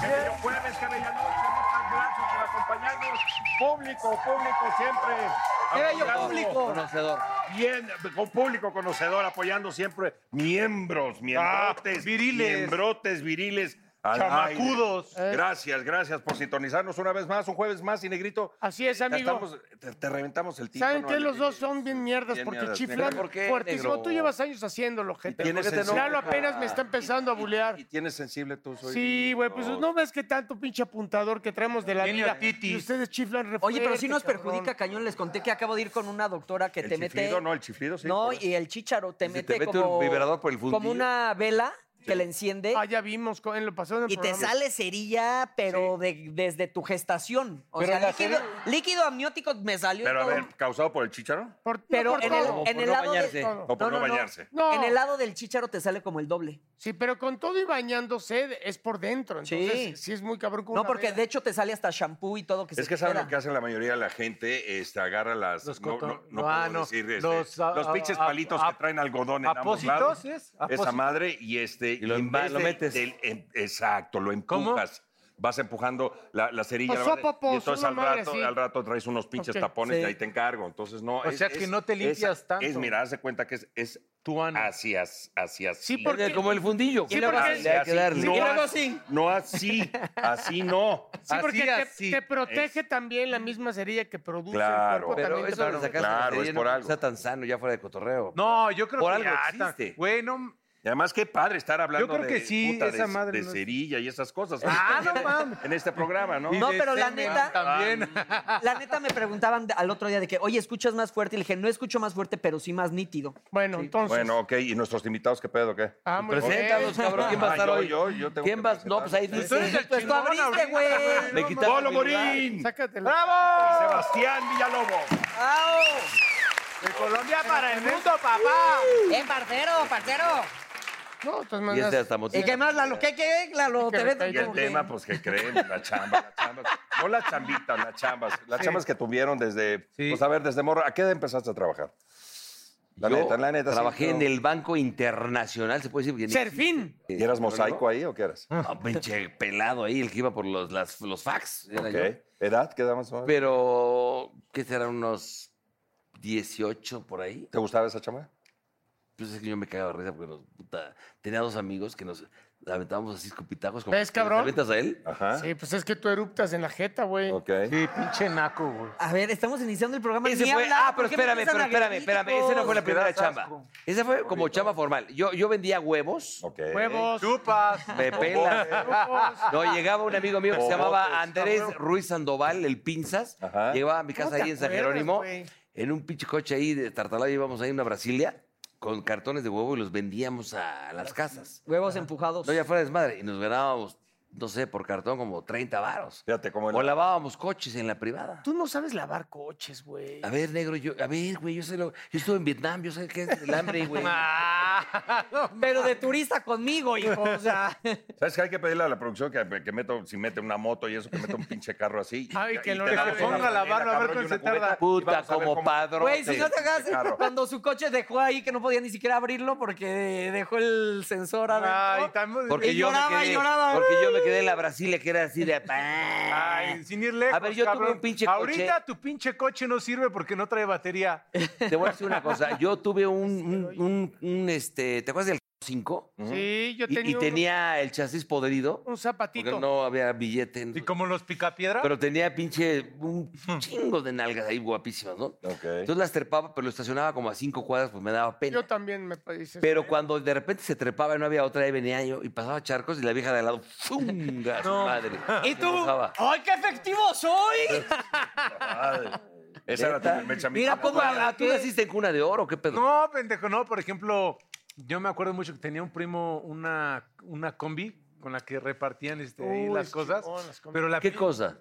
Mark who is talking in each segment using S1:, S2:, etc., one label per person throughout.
S1: Querido jueves, Cabellanoche, muchas gracias por acompañarnos. Público, público siempre.
S2: ¡Qué bello
S1: apoyando.
S2: público!
S3: Conocedor.
S1: Bien, con público conocedor, apoyando siempre miembros, miembrotes,
S4: Ah,
S3: viriles.
S1: miembrotes, viriles. al
S3: Chamacudos.
S4: Eh.
S1: aire. Gracias, gracias por sintonizarnos una vez más, un jueves más, y negrito.
S4: Así es, amigo.
S1: te, te reventamos el tiempo.
S4: ¿Saben qué? Los dos son bien mierdas
S1: Bien
S4: porque
S1: mierdas,
S4: chiflan
S1: negro. ¿Por qué,
S4: fuertísimo.
S1: negro?
S4: Tú llevas años haciéndolo, gente.
S1: tienes sensible- Ah.
S4: Lalo apenas me está empezando a bulear.
S1: Y tienes sensible tú, soy.
S4: Sí, güey, pues no ves que tanto pinche apuntador que traemos de la
S3: Genio
S4: vida.
S3: Titis.
S4: Y ustedes chiflan re
S2: Oye, pero sí
S4: fuerte,
S2: nos
S4: cabrón.
S2: perjudica, cañón. Les conté que acabo de ir con una doctora que
S1: El
S2: te mete.
S1: chiflido, no, el chiflido, sí. pues.
S2: No,
S1: correcto.
S2: y el chícharo te
S3: Si
S2: mete,
S3: te mete un
S2: como.
S3: vibrador por el fundillo.
S2: Como una vela que le enciende
S4: Ah, ya vimos, co- en lo pasado en el
S2: y te
S4: programa.
S2: sale cerilla, pero de- desde tu gestación. O
S3: Pero
S2: sea,
S3: la
S2: líquido,
S3: cerilla-
S2: líquido amniótico me salió.
S1: Pero a
S2: todo.
S1: ver, ¿causado por el chicharo?
S4: Por- no,
S2: Pero
S4: por
S2: en
S4: todo.
S2: el, en
S3: por
S2: el
S3: no
S2: lado.
S3: bañarse.
S2: de-
S4: Todo.
S1: O por no bañarse.
S4: No.
S2: En el lado del chícharo te sale como el doble.
S4: Sí, pero con todo y bañándose es por dentro. Entonces, sí,
S2: Sí.
S4: es muy cabrón. con
S2: No,
S4: una
S2: porque
S4: vela.
S2: de hecho te sale hasta shampoo y todo que se
S1: Es que
S2: te
S1: saben
S2: queda.
S1: lo que hace la mayoría de la gente, este, agarra las...
S3: Los
S1: no,
S3: coton-
S1: no, no
S3: ah,
S1: puedo
S3: no,
S1: decir, este, los,
S3: los ah, a- a-
S1: pinches
S3: a-
S1: palitos
S3: a-
S1: que traen algodón en ambos
S3: ah, apósitos,
S1: lados.
S3: ¿es?
S1: Esa
S3: Apósitos.
S1: madre y este...
S3: Y lo
S1: en vez
S3: emba- lo
S1: del-
S3: metes.
S1: del- em- exacto, lo
S3: ¿Cómo?
S1: empujas. Vas empujando la, la cerilla.
S4: Pues,
S1: la madre,
S4: sopapos,
S1: y entonces
S4: una
S1: al
S4: madre
S1: rato,
S4: así.
S1: al rato traes unos pinches
S4: Ok.
S1: tapones y
S2: Sí.
S1: ahí te encargo. Entonces no...
S3: O sea, que no te limpias
S1: es-
S3: tanto.
S1: Es, mira, haz de cuenta que es, es
S3: Tu ano.
S1: así, as- así, así.
S4: Sí, porque-
S3: Como el fundillo.
S4: Sí, porque-
S1: Así,
S4: Le
S3: hay que
S1: así.
S3: darle.
S1: No
S2: Y luego
S1: así,
S2: así.
S1: no así, así no.
S4: Sí, porque te,
S3: así.
S4: te protege también la misma cerilla que produce el
S1: Claro.
S4: cuerpo.
S1: Pero
S4: también te protege.
S1: Claro, es por algo.
S3: Está tan sano ya fuera de cotorreo. No, yo creo
S1: Por
S3: que
S1: algo
S3: ya
S1: existe.
S3: está- Güey, no-
S1: Y además, qué padre estar hablando
S3: Yo creo
S1: de,
S3: que sí,
S1: puta, de-
S3: esa madre
S1: de
S3: no es-
S1: cerilla y esas cosas.
S3: Ah, no mames.
S1: En este programa, ¿no? Ah,
S3: Y
S2: No,
S3: de
S2: pero la
S3: semen
S2: neta-
S3: También.
S2: La neta me preguntaban de- al otro día de que, oye, ¿escuchas más fuerte? Y le dije, no escucho más fuerte, pero sí más nítido.
S4: Bueno, entonces.
S1: Bueno, ok. ¿Y nuestros invitados qué pedo, qué?
S4: ah, muy bien.
S3: Preséntalos, cabrón. ¿Quién va a
S1: Ah,
S3: estar
S1: yo,
S3: hoy?
S1: yo, yo tengo
S3: ¿Quién
S1: que
S3: va? No, pues ahí
S1: presentar.
S3: dice.
S2: Pues tú abriste, güey.
S3: Me quitaron
S1: ¡Polo
S3: mi lugar.
S1: Morín!
S4: Sácatelo.
S1: ¡Bravo! Sebastián Villalobos.
S2: ¡Au!
S3: Colombia para el mundo, papá.
S2: ¡Eh, partero, partero!
S4: No, de todas
S3: Y
S4: maneras.
S3: este hasta
S2: ¿Y qué
S3: motivo.
S2: más, Lalo? ¿Qué, qué, Lalo?
S4: Que
S2: Te
S4: me
S2: ves
S1: Y el
S2: como que-
S1: tema, pues, que creen? La chamba, la chamba. No las chambitas, las chambas. Las chambas que tuvieron desde...
S3: Sí.
S1: Pues, a ver, desde morro. ¿A qué edad empezaste a trabajar? La
S3: Yo
S1: neta, la neta. sí,
S3: Trabajé
S1: pero-
S3: en el Banco Internacional, se puede decir. Porque
S4: Serfín.
S1: ¿Y eras mosaico ahí o qué eras?
S3: Ah, pinche pelado ahí, el que iba por los, las- los fax. era
S1: Ok.
S3: yo.
S1: ¿Edad? ¿Qué edad más o menos?
S3: Pero, ¿qué serán unos 18 por ahí?
S1: ¿Te gustaba esa chamba?
S3: Pues es que yo me cagaba de risa porque nos, puta, tenía dos amigos que nos aventábamos así escupitajos. Como
S4: ¿Ves, cabrón?
S3: ¿Te aventas a él?
S1: Ajá.
S4: Sí, pues es que tú eruptas en la jeta, güey.
S1: Ok.
S3: pinche naco, güey.
S2: A ver, estamos iniciando el programa.
S3: Ese
S2: ni
S3: fue,
S2: habla,
S3: ah, pero
S2: ¿por qué me
S3: espérame,
S2: empiezan
S3: pero
S2: a
S3: espérame, espérame. Esa no fue la
S2: gritos?
S3: primera chamba. Esa fue como chamba formal. Yo, yo vendía huevos,
S1: Ok.
S4: Huevos.
S3: chupas, me pelas. No, llegaba un amigo mío que se llamaba Andrés Ruiz Sandoval, el Pinzas.
S1: Ajá.
S3: Llegaba a mi casa
S4: te
S3: ahí en San
S4: acuerdas,
S3: Jerónimo,
S4: güey?
S3: en un pinche coche ahí de tartalado, íbamos ahí a una Brasilia con cartones de huevo y los vendíamos a las casas.
S2: Huevos empujados.
S3: No, ya fuera desmadre. Y nos ganábamos, no sé, por cartón como 30 varos.
S1: Fíjate cómo era.
S3: O lavábamos coches en la privada.
S4: Tú no sabes lavar coches, güey.
S3: A ver, negro, yo, a ver, güey, yo sé lo- yo estuve en Vietnam, yo sé qué es el hambre, güey.
S2: Pero de turista conmigo, hijo. O sea,
S1: ¿Sabes qué? Hay que pedirle a la producción que, que meto, si mete una moto y eso, que meta un pinche carro así. y-
S4: Ay,
S1: y
S4: que
S1: te
S4: lo-
S1: da
S4: que
S1: una
S4: ponga
S1: gasolina,
S4: la barra, a ver
S1: cabrón,
S4: cuánto
S1: y una
S4: se tarda.
S1: cubeta, y
S3: Puta,
S1: vamos a ver
S3: como
S1: cómo-
S3: padrón.
S2: güey, si no te hagas.
S1: Ese carro.
S2: Cuando su coche dejó ahí que no podía ni siquiera abrirlo porque dejó el sensor adentro.
S4: también.
S2: y lloraba, y lloraba.
S3: Porque yo me me quedé en la Brasilia, que era así de.
S5: Ay, sin ir lejos.
S3: A ver, yo tuve
S5: cabrón.
S3: un pinche
S5: Ahorita
S3: coche.
S5: tu pinche coche no sirve porque no trae batería.
S3: Te voy a decir una cosa. Yo tuve
S1: Este,
S3: un. un, un- un, este, ¿Te acuerdas del 5?
S4: Sí, yo
S3: Y-
S4: tenía,
S3: y,
S4: un-
S3: tenía el chasis podrido.
S4: un zapatito.
S3: Porque no había billete.
S5: Y como los picapiedra.
S3: Pero tenía pinche un chingo de nalgas ahí guapísimas, ¿no? Entonces las trepaba, pero lo estacionaba como a cinco cuadras, pues me daba pena.
S4: Yo también me parece.
S3: Pero cuando de repente se trepaba y no había otra, ahí venía yo y pasaba charcos y la vieja de al lado, ¡funga!
S5: No.
S3: madre!
S2: ¿Y
S3: Se
S2: tú?
S3: enojaba.
S2: ¡Ay, qué efectivo soy!
S1: Esa era
S3: ¿Neta?
S1: tu mecha. mi
S2: Mira,
S3: ¿A poco,
S2: ¿a
S3: ah, ¿Tú
S2: qué?
S3: naciste en cuna de oro? ¿Qué pedo?
S5: No, pendejo, no. Por ejemplo, yo me acuerdo mucho que tenía un primo, una, una combi con la que repartían este, ahí
S4: Uy,
S5: las cosas.
S4: chingón, las combis.
S5: pero la
S3: ¿Qué cosa?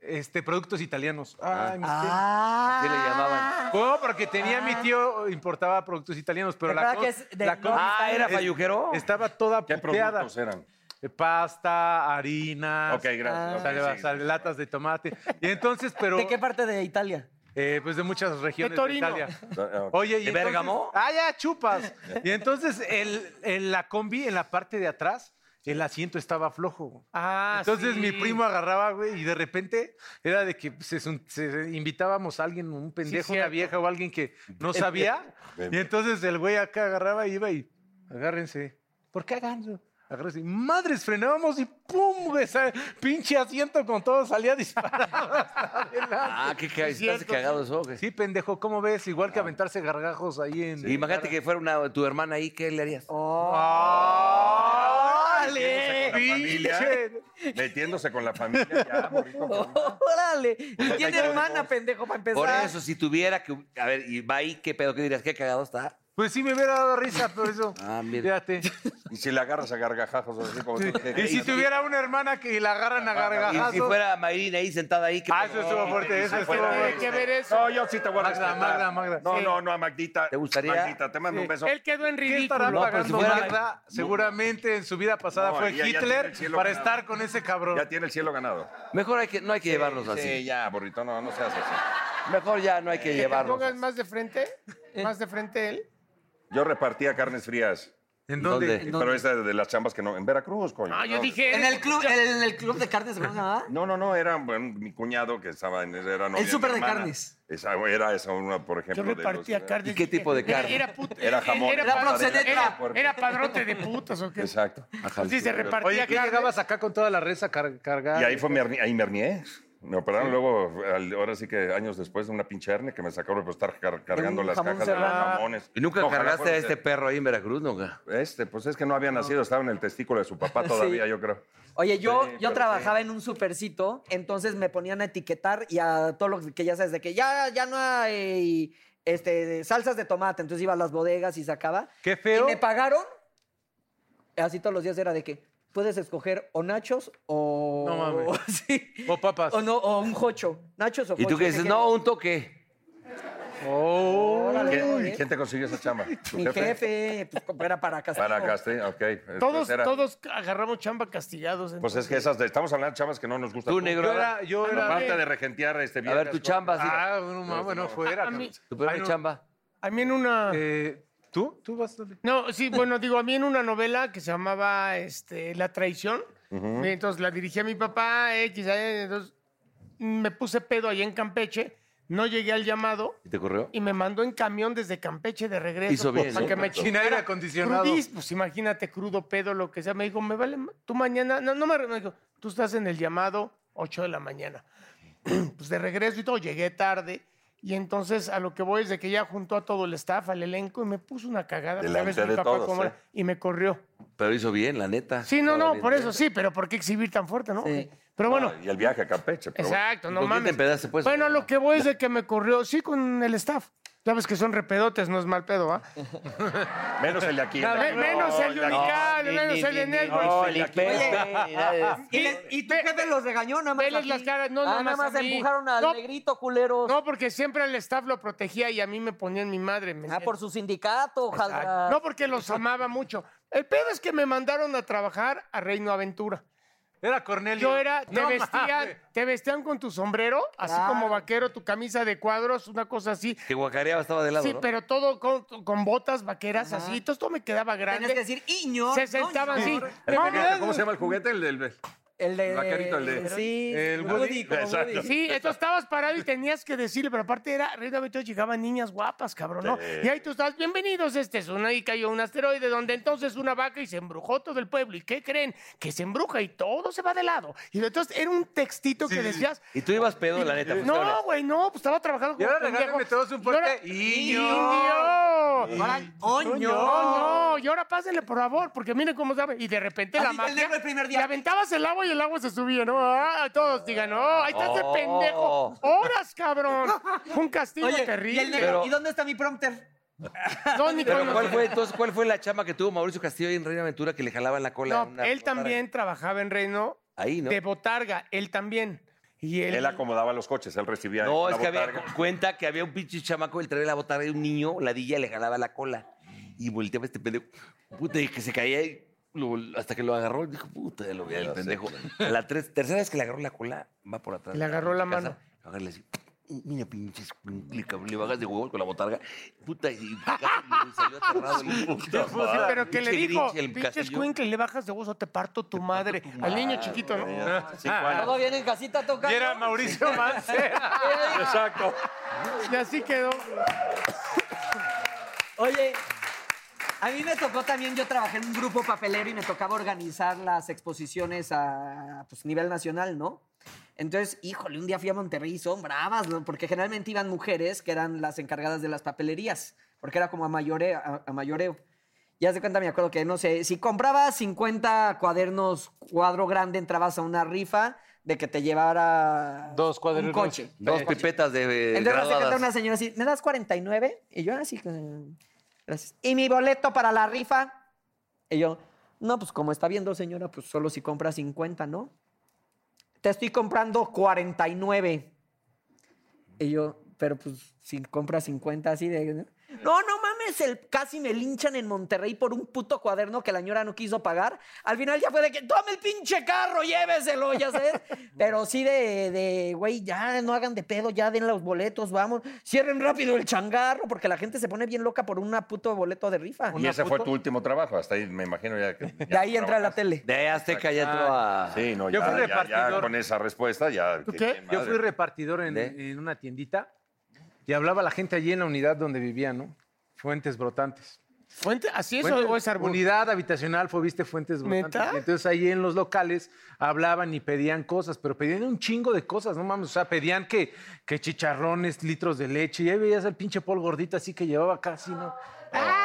S5: este, productos italianos. Ay, mis tenis.
S2: Ah.
S3: ¿Qué le llamaban?
S5: ¿Cómo? Porque tenía mi tío, importaba productos italianos, pero la,
S2: Recuerda
S5: co-
S2: que es de-
S5: la combi
S3: Ah, ¿era
S5: es-
S3: falluquero?
S5: Estaba toda
S1: ¿Qué
S5: puteada.
S1: productos eran?
S5: de pasta, harinas,
S1: Ok, gracias.
S5: sale-
S1: ok, sí,
S5: sale- latas de tomate. Y entonces, pero
S2: Ah. ¿De qué parte de Italia?
S5: eh, pues de muchas regiones de,
S4: Torino.
S5: Italia.
S1: Ah, ok.
S5: Oye, y
S3: ¿De
S5: entonces-
S3: Bérgamo?
S5: Ah, ya, chupas. Y entonces el, el- la combi en la parte de atrás, el asiento estaba flojo. güey.
S4: Ah,
S5: Entonces
S4: sí.
S5: mi primo agarraba, güey, y de repente era de que se, sun- se- invitábamos a alguien, un pendejo, una
S4: cierto.
S5: vieja o alguien que no sabía. y entonces el güey acá agarraba y iba y agárrense. ¿Por qué agarran? Agárrense. Y Madres, frenábamos y ¡pum! güey, esa pinche asiento con todo salía disparado. hasta adelante.
S3: Ah, ¿qué ca- ¿Estás
S4: cierto,
S3: cagado eso? o qué?
S5: Sí, pendejo, ¿cómo ves? Igual
S3: Ah.
S5: que aventarse gargajos ahí en. Oh,
S3: Imagínate que fuera una, tu hermana ahí, ¿qué le harías?
S5: ¡Órale!
S1: Con la familia,
S5: Pinche-
S1: Metiéndose con la familia ya, morrito.
S2: ¡Órale! Y tiene hermana, pendejo, para empezar.
S3: Por eso, si tuviera que. A ver, y va ahí, ¿qué pedo? ¿Qué dirías? ¿Qué cagado está?
S5: Pues sí, me hubiera dado risa por eso.
S3: Ah, mira.
S5: Fíjate.
S1: Y si le agarras a gargajajos así como tú
S3: Eh,
S1: dijiste.
S5: Y si tuviera una hermana que la agarran a gargajazos.
S3: Y si fuera Mayrin ahí sentada ahí, ¿qué
S5: Ah,
S3: pedo?
S5: eso estuvo fuerte, eso estuvo
S1: fuera-
S4: Tiene
S5: fuerte.
S4: que ver eso.
S1: No, yo sí te voy a
S5: Magda,
S1: respetar.
S5: Magda, Magda.
S1: No,
S5: Sí.
S1: no, no, a Magdita.
S3: ¿Te gustaría?
S1: Magdita, te mando un beso.
S4: Él quedó en
S5: ¿Qué
S4: ridículo.
S5: estará
S3: No, pero
S5: pagando
S3: si fuera-
S5: Magda? Seguramente en su vida pasada
S1: No,
S5: fue
S1: ella ya tiene
S5: Hitler
S1: el cielo
S5: para
S1: ganado.
S5: estar con ese cabrón.
S1: Ya tiene el cielo ganado.
S3: Mejor hay que, no hay que llevarnos
S1: Sí,
S3: así.
S1: ya, burrito, no, no seas así.
S3: Mejor ya no hay que
S4: Que te
S3: llevarnos
S4: pongas
S3: así.
S4: más de frente, más de frente él.
S1: Yo repartía carnes frías.
S5: ¿En dónde?
S3: ¿Dónde?
S1: Pero esa de las chambas que no. En Veracruz, coño.
S4: Ah, yo
S1: No.
S4: dije.
S2: En
S4: eres-
S2: el club, en el club de carnes, ¿cómo se llamaba?
S1: No, no, no, era bueno, mi cuñado que estaba en. Era novia
S2: El
S1: mi
S2: súper de
S1: hermana.
S2: carnes.
S1: Esa, era esa una, por
S4: Yo
S1: ejemplo.
S4: me
S1: de
S4: partía
S1: los-
S4: carne.
S3: ¿Y qué tipo de carne?
S4: Era, puto-
S5: Eh,
S1: Era jamón.
S4: Era,
S2: Era
S4: padrote-
S2: proxeneta.
S4: era- era padrote de putas o qué.
S1: Exacto.
S4: Sí, se repartía
S5: Oye, ¿qué
S4: carne.
S5: cargabas acá con toda la reza car- cargada?
S1: Y ahí fue mi herni- ahí me hernié. Me operaron luego, al- ahora sí que años después, de una pinche hernia que me sacaron por estar car- cargando
S2: un
S1: las
S2: jamón
S1: cajas de los
S2: serrano.
S1: jamones.
S3: ¿Y nunca
S1: Ojalá
S3: cargaste
S1: fuera
S3: a este perro ahí en Veracruz? Nunca.
S1: Este, pues es que no había nacido, estaba en el testículo de su papá todavía, yo creo.
S2: Oye, yo,
S1: Sí,
S2: yo
S1: pero
S2: trabajaba en un supercito, entonces me ponían a etiquetar y a todo lo que ya sabes, de que ya, ya no hay este, salsas de tomate. Entonces iba a las bodegas y sacaba.
S5: Qué feo.
S2: Y me pagaron. Así todos los días era de que puedes escoger o nachos o.
S5: No mames.
S2: Sí.
S5: O Oh, papas.
S2: O, no, o un jocho. Nachos o
S3: ¿Y tú
S2: jocho,
S3: qué
S2: ¿qué
S3: dices?
S2: quieres?
S3: No, un toque.
S5: Oh.
S2: Órale, muy
S1: ¿Quién,
S2: bien.
S1: quién te consiguió esa chamba? ¿Tu
S2: Mi jefe, pues, era para casar.
S1: Para Castel, ok.
S4: Todos,
S1: Entonces era-
S4: todos agarramos chamba castigados.
S1: Pues es que esas, de- estamos hablando de chambas que no nos gustan.
S3: Tú, negro.
S5: Yo
S3: a ver.
S5: era, yo era.
S1: Aparte de regentear este
S3: A ver, tu chamba. sí.
S5: Ah, no, mamá, bueno, fuera.
S4: Pues, A mí-
S3: Tu peor
S5: Ay, no.
S3: chamba.
S4: A mí en una.
S5: Eh, ¿Tú? ¿Tú vas? dale.
S4: No, sí, bueno, digo, a mí en una novela que se llamaba este, La traición, entonces la dirigí a mi papá, X, eh, entonces me puse pedo allá en Campeche, no llegué al llamado
S3: ¿Y te corrió?
S4: y me mandó en camión desde Campeche de regreso. pues,
S3: Hizo bien,
S4: Para
S3: ¿no?
S4: que me
S5: Sin aire
S4: chingara.
S5: acondicionado.
S4: Crudis, pues imagínate, crudo, pedo, lo que sea. Me dijo, me vale, ma- tú mañana, no, no me, re- me dijo, tú estás en el llamado 8 de la mañana. pues de regreso y todo, llegué tarde. Y entonces a lo que voy es de que ya juntó a todo el staff, al elenco, y me puso una cagada.
S1: Delante
S4: ya ves mi
S1: de
S4: papá
S1: todos,
S4: cómo
S1: ¿eh?
S4: era, Y me corrió.
S3: Pero hizo bien, la neta.
S4: Sí, no,
S3: Estaba
S4: no,
S3: bien.
S4: por eso sí, pero ¿por qué exhibir tan fuerte, no?
S2: Sí.
S4: Pero bueno,
S1: Ah, Y el viaje a Campeche. pero bueno.
S4: exacto,
S3: ¿Y
S4: no
S3: con quién te
S4: mames.
S3: empedaste, pues?
S4: Bueno, a lo que voy es de que me corrió, sí, con el staff. Sabes que son repedotes, no es mal pedo, ¿ah?
S1: Menos el de aquí. el de
S4: Me-
S1: aquí.
S4: menos el de
S1: de aquí.
S4: Unical, menos el de Network.
S3: No, el Felipe, ni nada de eso.
S2: Y, le- y tu jefe los regañó, nada más.
S4: veles
S2: así.
S4: Ah, las caras, no,
S2: Ah,
S4: nada más a mí.
S2: empujaron al
S4: No.
S2: negrito, culeros.
S4: No, porque siempre al staff lo protegía y a mí me ponían mi madre.
S2: Ah,
S4: ¿me
S2: por
S4: entiendes?
S2: su sindicato, ojalá.
S4: No, porque los amaba mucho. El pedo es que me mandaron a trabajar a Reino Aventura.
S5: Era Cornelio.
S4: Yo era, te
S5: No
S4: vestían,
S5: mames.
S4: te vestían con tu sombrero, así
S2: Claro.
S4: como vaquero, tu camisa de cuadros, una cosa así.
S3: Que guacareaba estaba de lado,
S4: Sí,
S3: ¿no?
S4: pero todo con, con botas vaqueras así. Entonces todo me quedaba
S2: Tenías que
S4: grande.
S2: decir, Iñor.
S4: Ah, Se sentaban así.
S1: El juguete, ¿Cómo se llama el juguete? El, del-
S2: El de.
S1: Vaquerito, el de-
S2: Sí,
S5: El
S2: como
S5: Woody.
S2: como
S1: Exacto.
S2: Woody.
S4: Eh, Sí, entonces estabas parado y tenías que decirle, pero aparte era, Reino Aventura llegaban niñas guapas, cabrón, ¿no? Y ahí tú estás, bienvenidos, este es una, y cayó un asteroide donde entonces una vaca y se embrujó todo el pueblo. ¿Y qué creen? Que se embruja y todo se va de lado. Y entonces era un textito que decías,
S3: Y tú ibas pedo, la neta. pues,
S4: no,
S3: ahora.
S4: güey, no, pues estaba trabajando
S5: Y ahora
S4: pendejo.
S5: regálenme todos un
S4: Y ahora-
S5: fuerte
S4: ¡Niño!
S5: ¡Niño!
S2: Ahora,
S4: No, no, y ahora pásenle, por favor, porque miren cómo sabe. Y de repente la
S6: Así, el
S4: magia.
S6: negro el primer
S4: Y
S6: día.
S4: aventabas el agua y el agua se subía, ¿no? Ah, todos digan, no, ahí está ese
S3: Oh.
S4: pendejo. Horas, cabrón. Fue un castigo
S6: Oye, y, el
S4: terrible.
S6: negro,
S3: Pero-
S6: ¿y dónde está mi prompter?
S4: No, ni con
S3: Pero ¿cuál
S4: los-
S3: fue, entonces, ¿cuál fue la chama que tuvo Mauricio Castillo ahí en Reina Aventura que le jalaban la cola?
S4: No,
S3: en una
S4: él
S3: botarga?
S4: también trabajaba en Reino
S3: Ahí, ¿no?
S4: de Botarga, él también. Y él.
S1: Él acomodaba los coches, él recibía.
S3: No,
S1: la
S3: es que había
S1: botarga.
S3: cuenta que había un pinche chamaco, él traía la botarga de un niño, la dilla le jalaba la cola. Y volteaba este pendejo. Puta, y que se caía y lo vol- hasta que lo agarró, dijo, puta, ya lo vi el pendejo. A la tres- tercera vez que le agarró la cola, va por atrás.
S4: Le agarró la
S3: Ah, casa,
S4: mano.
S3: lo agarra y le dice, mira, pinches, le cab- le bajas de huevos con la botarga. Puta, y, y salió aterrado. el-
S4: Sí, pero que le
S3: Pinche
S4: dijo,
S3: Grinch, el
S4: pinche
S3: castillo".
S4: escuincle, le bajas de uso, te parto tu madre. Al niño chiquito, ¿no?
S2: Todo bien en casita tocando.
S5: Y era Mauricio Mancera.
S1: Exacto.
S4: Y así quedó.
S2: Oye, a mí me tocó también, yo trabajé en un grupo papelero y me tocaba organizar las exposiciones a pues, nivel nacional, ¿no? Entonces, híjole, un día fui a Monterrey y son bravas, ¿no? porque generalmente iban mujeres que eran las encargadas de las papelerías, porque era como a mayoreo. A, a mayoreo. Ya se cuenta, me acuerdo que, no sé, si comprabas 50 cuadernos cuadro grande, entrabas a una rifa de que te llevara
S5: Dos
S2: un
S5: cuadernos.
S2: coche.
S3: Dos pipetas de
S2: Entonces hace cuenta
S3: graduadas.
S2: una señora así, ¿me das 49? Y yo así, mm, gracias. ¿Y mi boleto para la rifa? Y yo, no, pues como está viendo señora, pues solo si compra 50, ¿no? Te estoy comprando 49. Y yo, pero pues si compra 50 así de... No, no mames, el, casi me linchan en Monterrey por un puto cuaderno que la señora no quiso pagar. Al final ya fue de que, tome el pinche carro, lléveselo, ya sabes. Pero sí de, de, güey, ya no hagan de pedo, ya den los boletos, vamos. Cierren rápido el changarro, porque la gente se pone bien loca por un puto boleto de rifa.
S1: Y ese fue tu último trabajo, hasta ahí me imagino ya que.
S2: De ahí entra la tele.
S3: De Azteca ya entró a...
S1: Sí, no,
S5: Yo
S1: ya,
S5: fui
S1: ya- ya
S5: repartidor.
S1: con esa respuesta ya.
S4: ¿Tú
S1: que-
S4: qué?
S1: que
S5: Yo
S1: madre.
S5: fui repartidor en,
S3: ¿De?
S5: en una tiendita y hablaba la gente allí en la unidad donde vivía, ¿no? Fuentes brotantes.
S4: Fuente, así es
S5: Fuentes-
S4: o es árbol.
S5: Unidad habitacional fue, viste, Fuentes Brotantes.
S4: ¿Neta?
S5: Y Entonces ahí en los locales hablaban y pedían cosas, pero pedían un chingo de cosas, no mames. O sea, pedían que, que chicharrones, litros de leche. Y ahí veías al pinche Paul gordito así que llevaba casi, ¿no?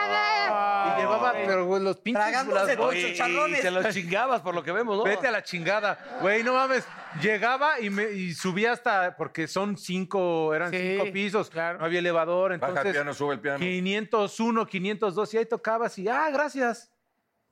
S5: y llevaba, pero güey, los pinches.
S2: Tragándose
S5: las
S2: todo.
S5: bolsas.
S3: Oye, y
S2: chicharrones.
S3: te los chingabas por lo que vemos, ¿no?
S5: Vete a la chingada. Güey, no mames. Llegaba y, me, y subía hasta, porque son cinco, eran
S4: Sí,
S5: cinco pisos.
S4: claro.
S5: No había elevador, entonces.
S1: Baja el piano, sube el piano.
S5: 501, 502, y ahí tocabas y, ah, gracias.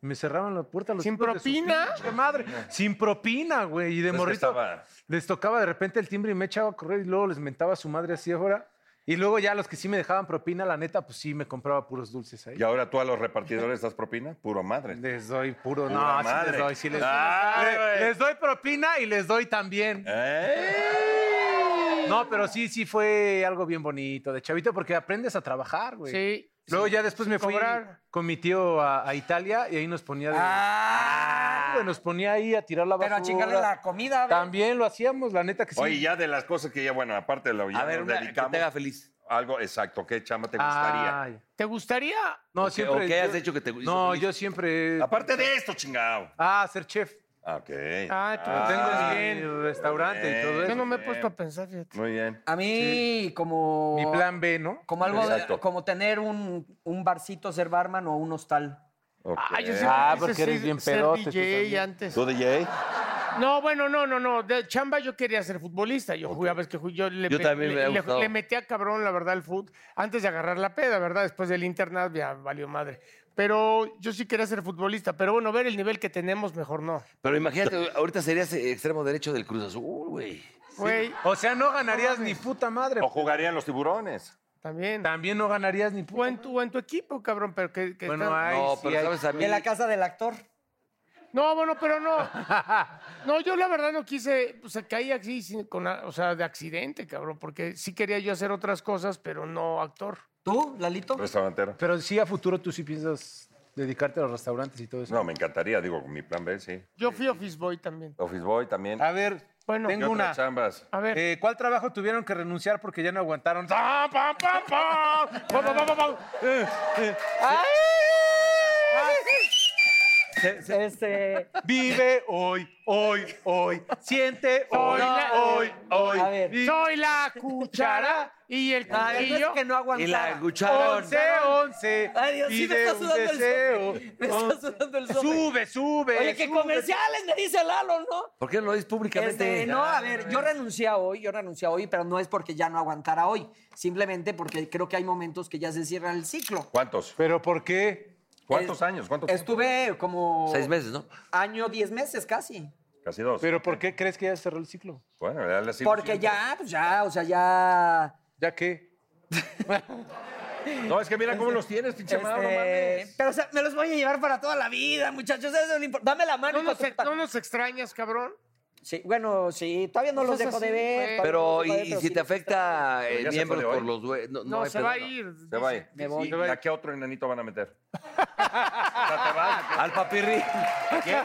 S5: Y me cerraban la puerta los
S4: ¿Sin
S5: hijos de su
S4: propina?
S5: pinche madre. Sin propina, güey. Y de
S1: Es que
S5: morrito
S1: estaba-
S5: les tocaba de repente el timbre y me echaba a correr y luego les mentaba a su madre así afuera. Y luego ya los que sí me dejaban propina, la neta, pues sí me compraba puros dulces ahí.
S1: Y ahora tú a los repartidores das propina, puro madre.
S5: Les doy puro, no,
S1: Pura
S5: sí
S1: madre.
S5: les doy, sí les doy.
S1: Ah,
S5: Le-
S1: güey.
S5: les doy propina y les doy también.
S1: ¡Ey!
S5: No, pero sí, sí fue algo bien bonito de chavito porque aprendes a trabajar, güey.
S4: Sí.
S5: Luego ya después me fui
S4: cobrar.
S5: con mi tío a, a Italia y ahí nos ponía de- Ah, güey, nos ponía ahí a tirar la
S2: Pero
S5: basura.
S2: a chingarle la comida, a ver.
S5: También lo hacíamos, la neta que sí.
S1: Oye, ya de las cosas que ya, bueno, aparte de la ya
S3: A ver,
S1: nos
S3: una, que te
S1: dedicamos.
S3: haga feliz.
S1: Algo exacto, ¿qué chama te gustaría?
S5: Ah, ya.
S4: ¿Te gustaría?
S5: no,
S3: ¿O qué-
S5: siempre.
S3: o qué has
S5: yo-
S3: hecho que te hizo
S5: No,
S3: feliz?
S5: yo siempre.
S1: Aparte de esto, chingado.
S5: Ah, ser chef.
S1: Ah, Ok.
S4: Ah, tú
S5: Tengo
S4: Ah,
S5: mi
S4: bien.
S5: restaurante y todo
S1: bien.
S5: eso.
S4: Yo no me he
S1: bien.
S4: puesto a pensar, fíjate.
S1: Muy bien.
S2: A mí, como.
S5: Mi plan B, ¿no?
S2: Como algo de-
S1: Exacto.
S2: como tener un, un barcito, ser barman o un hostal.
S1: Ok.
S4: Ah, yo siempre
S5: Ah,
S4: quise
S5: porque eres
S4: ser-
S5: bien
S4: ser
S5: pedote tú
S4: DJ
S5: también.
S4: antes.
S1: ¿Tú, DJ?
S4: No, bueno, no, no, no. De chamba yo quería ser futbolista. Yo jugaba, es que ju- yo le,
S3: Yo
S4: pe-
S3: también me
S4: le,
S3: ha
S4: le-
S3: gustado.
S4: le metía cabrón, la verdad, el fútbol. Antes de agarrar la peda, ¿verdad? Después del internat ya valió madre. Pero yo sí quería ser futbolista. Pero bueno, ver el nivel que tenemos, mejor no.
S3: Pero imagínate, ahorita serías eh, extremo derecho del Cruz Azul, güey.
S4: Güey,
S5: O sea, no ganarías ni puta madre.
S1: ¿O jugarían los tiburones?
S4: también.
S5: También no ganarías ni
S4: O
S5: puta
S4: en, tu, o en tu equipo, cabrón, pero que, que
S5: Bueno,
S4: está-
S5: Ay,
S3: no,
S5: sí,
S3: pero
S5: ay.
S3: sabes a mí...
S2: De la casa del actor.
S4: No, bueno, pero no. No, yo la verdad no quise, o sea, caí así, sin- con, a- o sea, de accidente, cabrón, porque sí quería yo hacer otras cosas, pero no actor.
S2: ¿Tú, Lalito?
S1: Restaurantero.
S5: Pero sí, a futuro tú sí piensas Dedicarte a los restaurantes y todo eso.
S1: No, me encantaría, digo, con mi plan B, sí.
S4: Yo fui office boy también.
S1: Office Boy también.
S5: A ver,
S4: Bueno.
S1: ¿Qué
S5: tengo una.
S1: otras chambas?
S4: A ver,
S5: Eh, ¿Cuál trabajo tuvieron que renunciar porque ya no aguantaron? ¡Pam, pam, pam, pam! ¡Pam, pam, pam, pam, pam! Eh, eh.
S2: Este,
S5: Vive hoy, hoy, hoy. Siente hoy,
S4: la-
S5: hoy, hoy.
S2: A ver.
S5: Vi-
S4: soy la cuchara y el
S2: ah, entonces
S4: cuchillo.
S2: que no aguantaba.
S3: Y la cuchara.
S5: Once, once.
S2: Ay, Dios, sí,
S5: pide
S2: me está
S5: un
S2: sudando el
S5: deseo.
S2: Me está sudando el sope.
S5: Sube, sube.
S2: Oye, que
S5: sube.
S2: comerciales me dice Lalo, ¿no?
S3: ¿Por qué lo dices públicamente?
S2: Este, no,
S4: Ah,
S2: a ver, yo renuncié a hoy, yo renuncié a hoy, pero no es porque ya no aguantara hoy, simplemente porque creo que hay momentos que ya se cierra el ciclo.
S1: ¿Cuántos?
S5: ¿Pero por qué?
S1: ¿Cuántos años? ¿Cuántos?
S2: Estuve como
S3: Seis meses, ¿no?
S2: año, diez meses casi.
S1: Casi dos.
S5: ¿Pero por qué crees que ya cerró el ciclo?
S1: bueno, ya le sigo
S2: Porque
S1: siempre.
S2: ya, pues ya, o sea, ya.
S5: ¿Ya qué?
S1: No, es que mira cómo los tienes, pinche Mao, no
S2: este,
S1: mames.
S2: pero o sea, me los voy a llevar para toda la vida, muchachos. Eso no importa. Dame la mano.
S4: ¿No
S2: y
S4: nos,
S2: cuando-
S4: no nos extrañas, cabrón?
S2: Sí, bueno, sí, todavía no
S4: No
S2: los
S4: seas
S2: dejo de
S4: así,
S2: ver.
S4: güey.
S2: todavía no
S3: Pero,
S2: los
S3: ¿y,
S2: dejo de ver,
S3: y
S2: pero
S3: si
S2: sí
S3: te
S2: los extraño.
S3: afecta
S1: Pero
S3: el
S1: ya se
S3: miembro
S1: fue de
S3: por
S1: hoy.
S3: los hue- No,
S4: No,
S3: hay
S4: se
S3: pedo,
S4: va a
S3: no.
S4: ir.
S1: Se va ahí.
S2: me voy.
S1: ¿Y a qué otro enanito van a meter? O sea, te vas,
S3: Al papirri.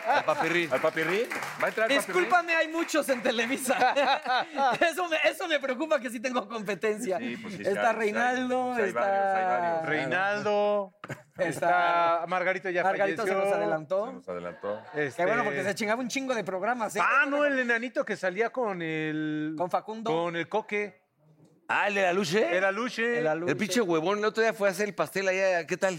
S3: Al papirri.
S1: ¿Al papirrín? ¿Va a entrar el papirrín?
S2: Discúlpame, hay muchos en Televisa. eso, me, eso me preocupa que sí tengo competencia.
S1: Sí, pues sí, sí
S2: está
S1: hay- sí hay-
S2: Reinaldo,
S3: pues,
S1: sí hay
S2: está.
S1: varios, hay varios.
S5: Reinaldo.
S2: Está-
S5: Está. Margarito ya
S2: Margarito se
S5: falleció.
S2: nos
S1: Se
S2: adelantó.
S1: nos adelantó.
S5: Este-
S2: Qué bueno, porque se chingaba un chingo de programas. ¿eh?
S5: Ah, no, el enanito que salía con el.
S2: Con Facundo.
S5: Con el coque.
S3: Ah, el de la luche.
S5: Era Luche.
S2: El alu-
S3: El pinche huevón, el otro día fue a hacer el pastel allá, ¿qué tal?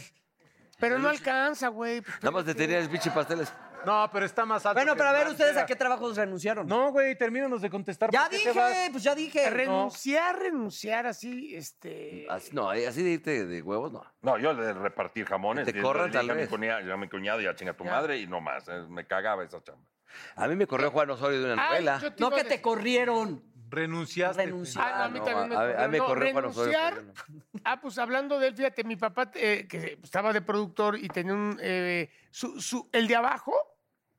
S4: Pero no alcanza, güey.
S3: Nada más de tener el pinche pastel.
S5: No, pero está más alto.
S2: Bueno,
S5: que
S2: pero a ver
S5: Hernán
S2: ustedes
S5: Vera.
S2: a qué trabajos renunciaron.
S5: No, güey, termínanos de contestar.
S2: ya
S5: ¿por qué te vas?
S2: dije, pues ya dije.
S4: Renunciar, renunciar así, este...
S3: Así- no, eh, así de irte de huevos, no.
S1: No, yo de repartir jamones.
S3: Que te
S1: de-
S3: corran,
S1: le dije
S3: tal
S1: a mi
S3: vez.
S1: cuñado, yo a mi cuñado ya chinga tu madre y no más. eh, Me cagaba esa chamba.
S3: A mí me corrió Juan Osorio de una
S4: Ay,
S3: novela.
S4: yo te
S2: No
S4: iba a
S2: que te
S4: decir-
S2: corrieron.
S5: Ah, Renunciaste.
S2: Renunciaste.
S4: Ah, no, a mí
S3: No,
S4: también me
S3: a- a- a
S4: corrieron.
S3: mí me
S4: No,
S3: corrió Juan Osorio,
S4: renunciar.
S3: corrió,
S4: Ah, pues hablando de él, fíjate, mi papá eh, que estaba de productor y tenía un... eh, su, su- el de abajo,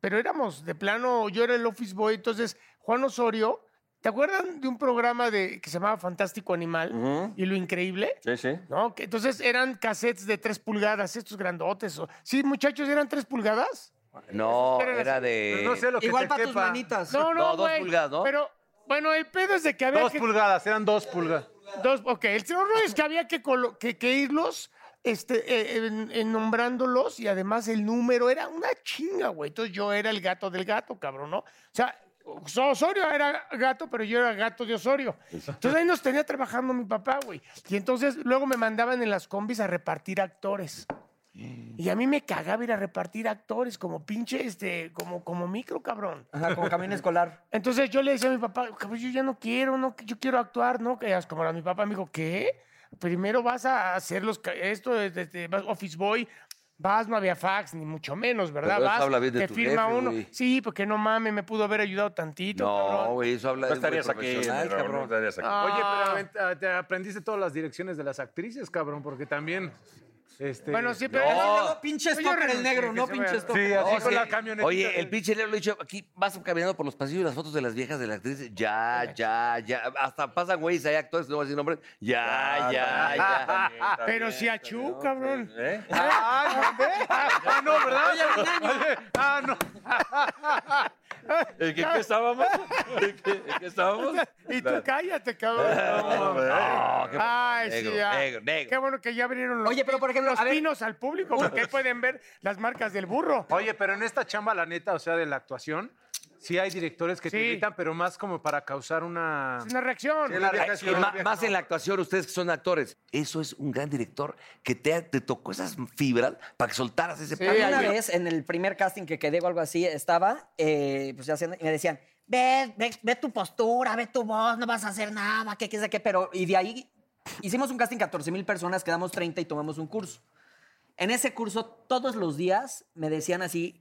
S4: pero éramos de plano, yo era el office boy, entonces Juan Osorio, ¿te acuerdan de un programa de, que se llamaba Fantástico Animal
S1: Ujú.
S4: y Lo Increíble?
S1: Sí, sí.
S4: ¿No? Que entonces eran cassettes de tres pulgadas, estos grandotes. o- Sí, muchachos, eran tres pulgadas.
S3: No,
S4: Esos eran
S3: era
S4: así.
S3: de.
S5: No sé lo que
S2: Igual
S5: te
S2: para tus
S5: quepa.
S2: manitas.
S3: No,
S4: No, no,
S3: dos
S4: güey.
S3: pulgadas, ¿no?
S4: Pero, bueno, el pedo es de que había
S5: Dos
S4: que...
S5: pulgadas, eran dos pulgadas.
S4: Dos, ok, el terror es que había que, colo- que, que irlos este, eh, en- en nombrándolos y además el número era una chinga, güey. Entonces yo era el gato del gato, cabrón, ¿no? O sea, so- Osorio era gato, pero yo era gato de Osorio. Entonces ahí nos tenía trabajando mi papá, güey. Y entonces luego me mandaban en las combis a repartir actores. Y a mí me cagaba ir a repartir actores como pinche, este, como, como micro, cabrón.
S2: Ajá, con camino escolar.
S4: Entonces yo le decía a mi papá, "Cabrón, yo ya no quiero, no, que yo quiero actuar, ¿no? Que es como era mi papá me dijo, ¿qué? Primero vas a hacer los, ca- esto, es- este, vas- Office Boy, vas, no había fax, ni mucho menos, ¿verdad?
S3: Pero eso
S4: vas,
S3: habla bien de
S4: te
S3: tu
S4: firma
S3: jefe,
S4: uno.
S3: güey.
S4: Sí, porque no mames, me pudo haber ayudado tantito,
S3: No,
S4: cabrón.
S3: güey, eso habla
S1: No
S3: de. un güey
S1: estarías aquí,
S3: profesional,
S1: Raúl, no
S3: cabrón.
S1: estarías aquí.
S4: Ah.
S5: Oye, pero avent- ah, te aprendiste todas las direcciones de las actrices, cabrón, porque también. Este...
S4: Bueno, sí, pero...
S2: Luego, luego, pinche
S4: Pues Yo
S2: Stopper el
S4: renuncié,
S2: negro,
S4: que
S2: ¿no?
S4: se
S2: Pinche
S4: vaya.
S2: Stopper.
S5: Sí, así
S3: No,
S5: con
S3: sí.
S5: la camioneta.
S3: Oye, el pinche Leo lo he dicho, aquí vas caminando por los pasillos y las fotos de las viejas de la actriz, ya, ya, ya, hasta pasan güeyes, hay actores, no voy a decir nombres, ya, ya, ya.
S4: Pero si a Chu, cabrón.
S1: ¿Eh?
S5: Ah, ¿dónde? Ah, no, ¿verdad? Oye, ah, no.
S1: ¿En qué, qué estábamos? ¿En qué, en qué estábamos?
S4: Y tú cállate, cabrón.
S3: No, Oh, qué-
S4: Ay, sí,
S3: negro,
S4: ya.
S3: negro, negro.
S4: Qué bueno que ya vinieron los,
S2: Oye, pero, por ejemplo,
S4: los
S2: a ver-
S4: pinos al público, porque ahí pueden ver las marcas del burro.
S5: Oye, pero en esta chamba, la neta, o sea, de la actuación, sí hay directores que
S4: Sí.
S5: te invitan, pero más como para causar una.
S4: Es una reacción.
S5: Sí, la
S3: Ay, eh, y
S5: reacción.
S3: ma- más en la actuación, ustedes que son actores. Eso es un gran director que te, te tocó esas fibras para que soltaras ese
S2: A mí una
S3: güey.
S2: vez, en el primer casting que quedé o algo así, estaba, eh, pues ya haciendo- y me decían, ve, ve, ve tu postura, ve tu voz, no vas a hacer nada, qué, qué, sé qué, pero, y de ahí hicimos un casting 14 mil personas, quedamos 30 y tomamos un curso. En ese curso, todos los días me decían así,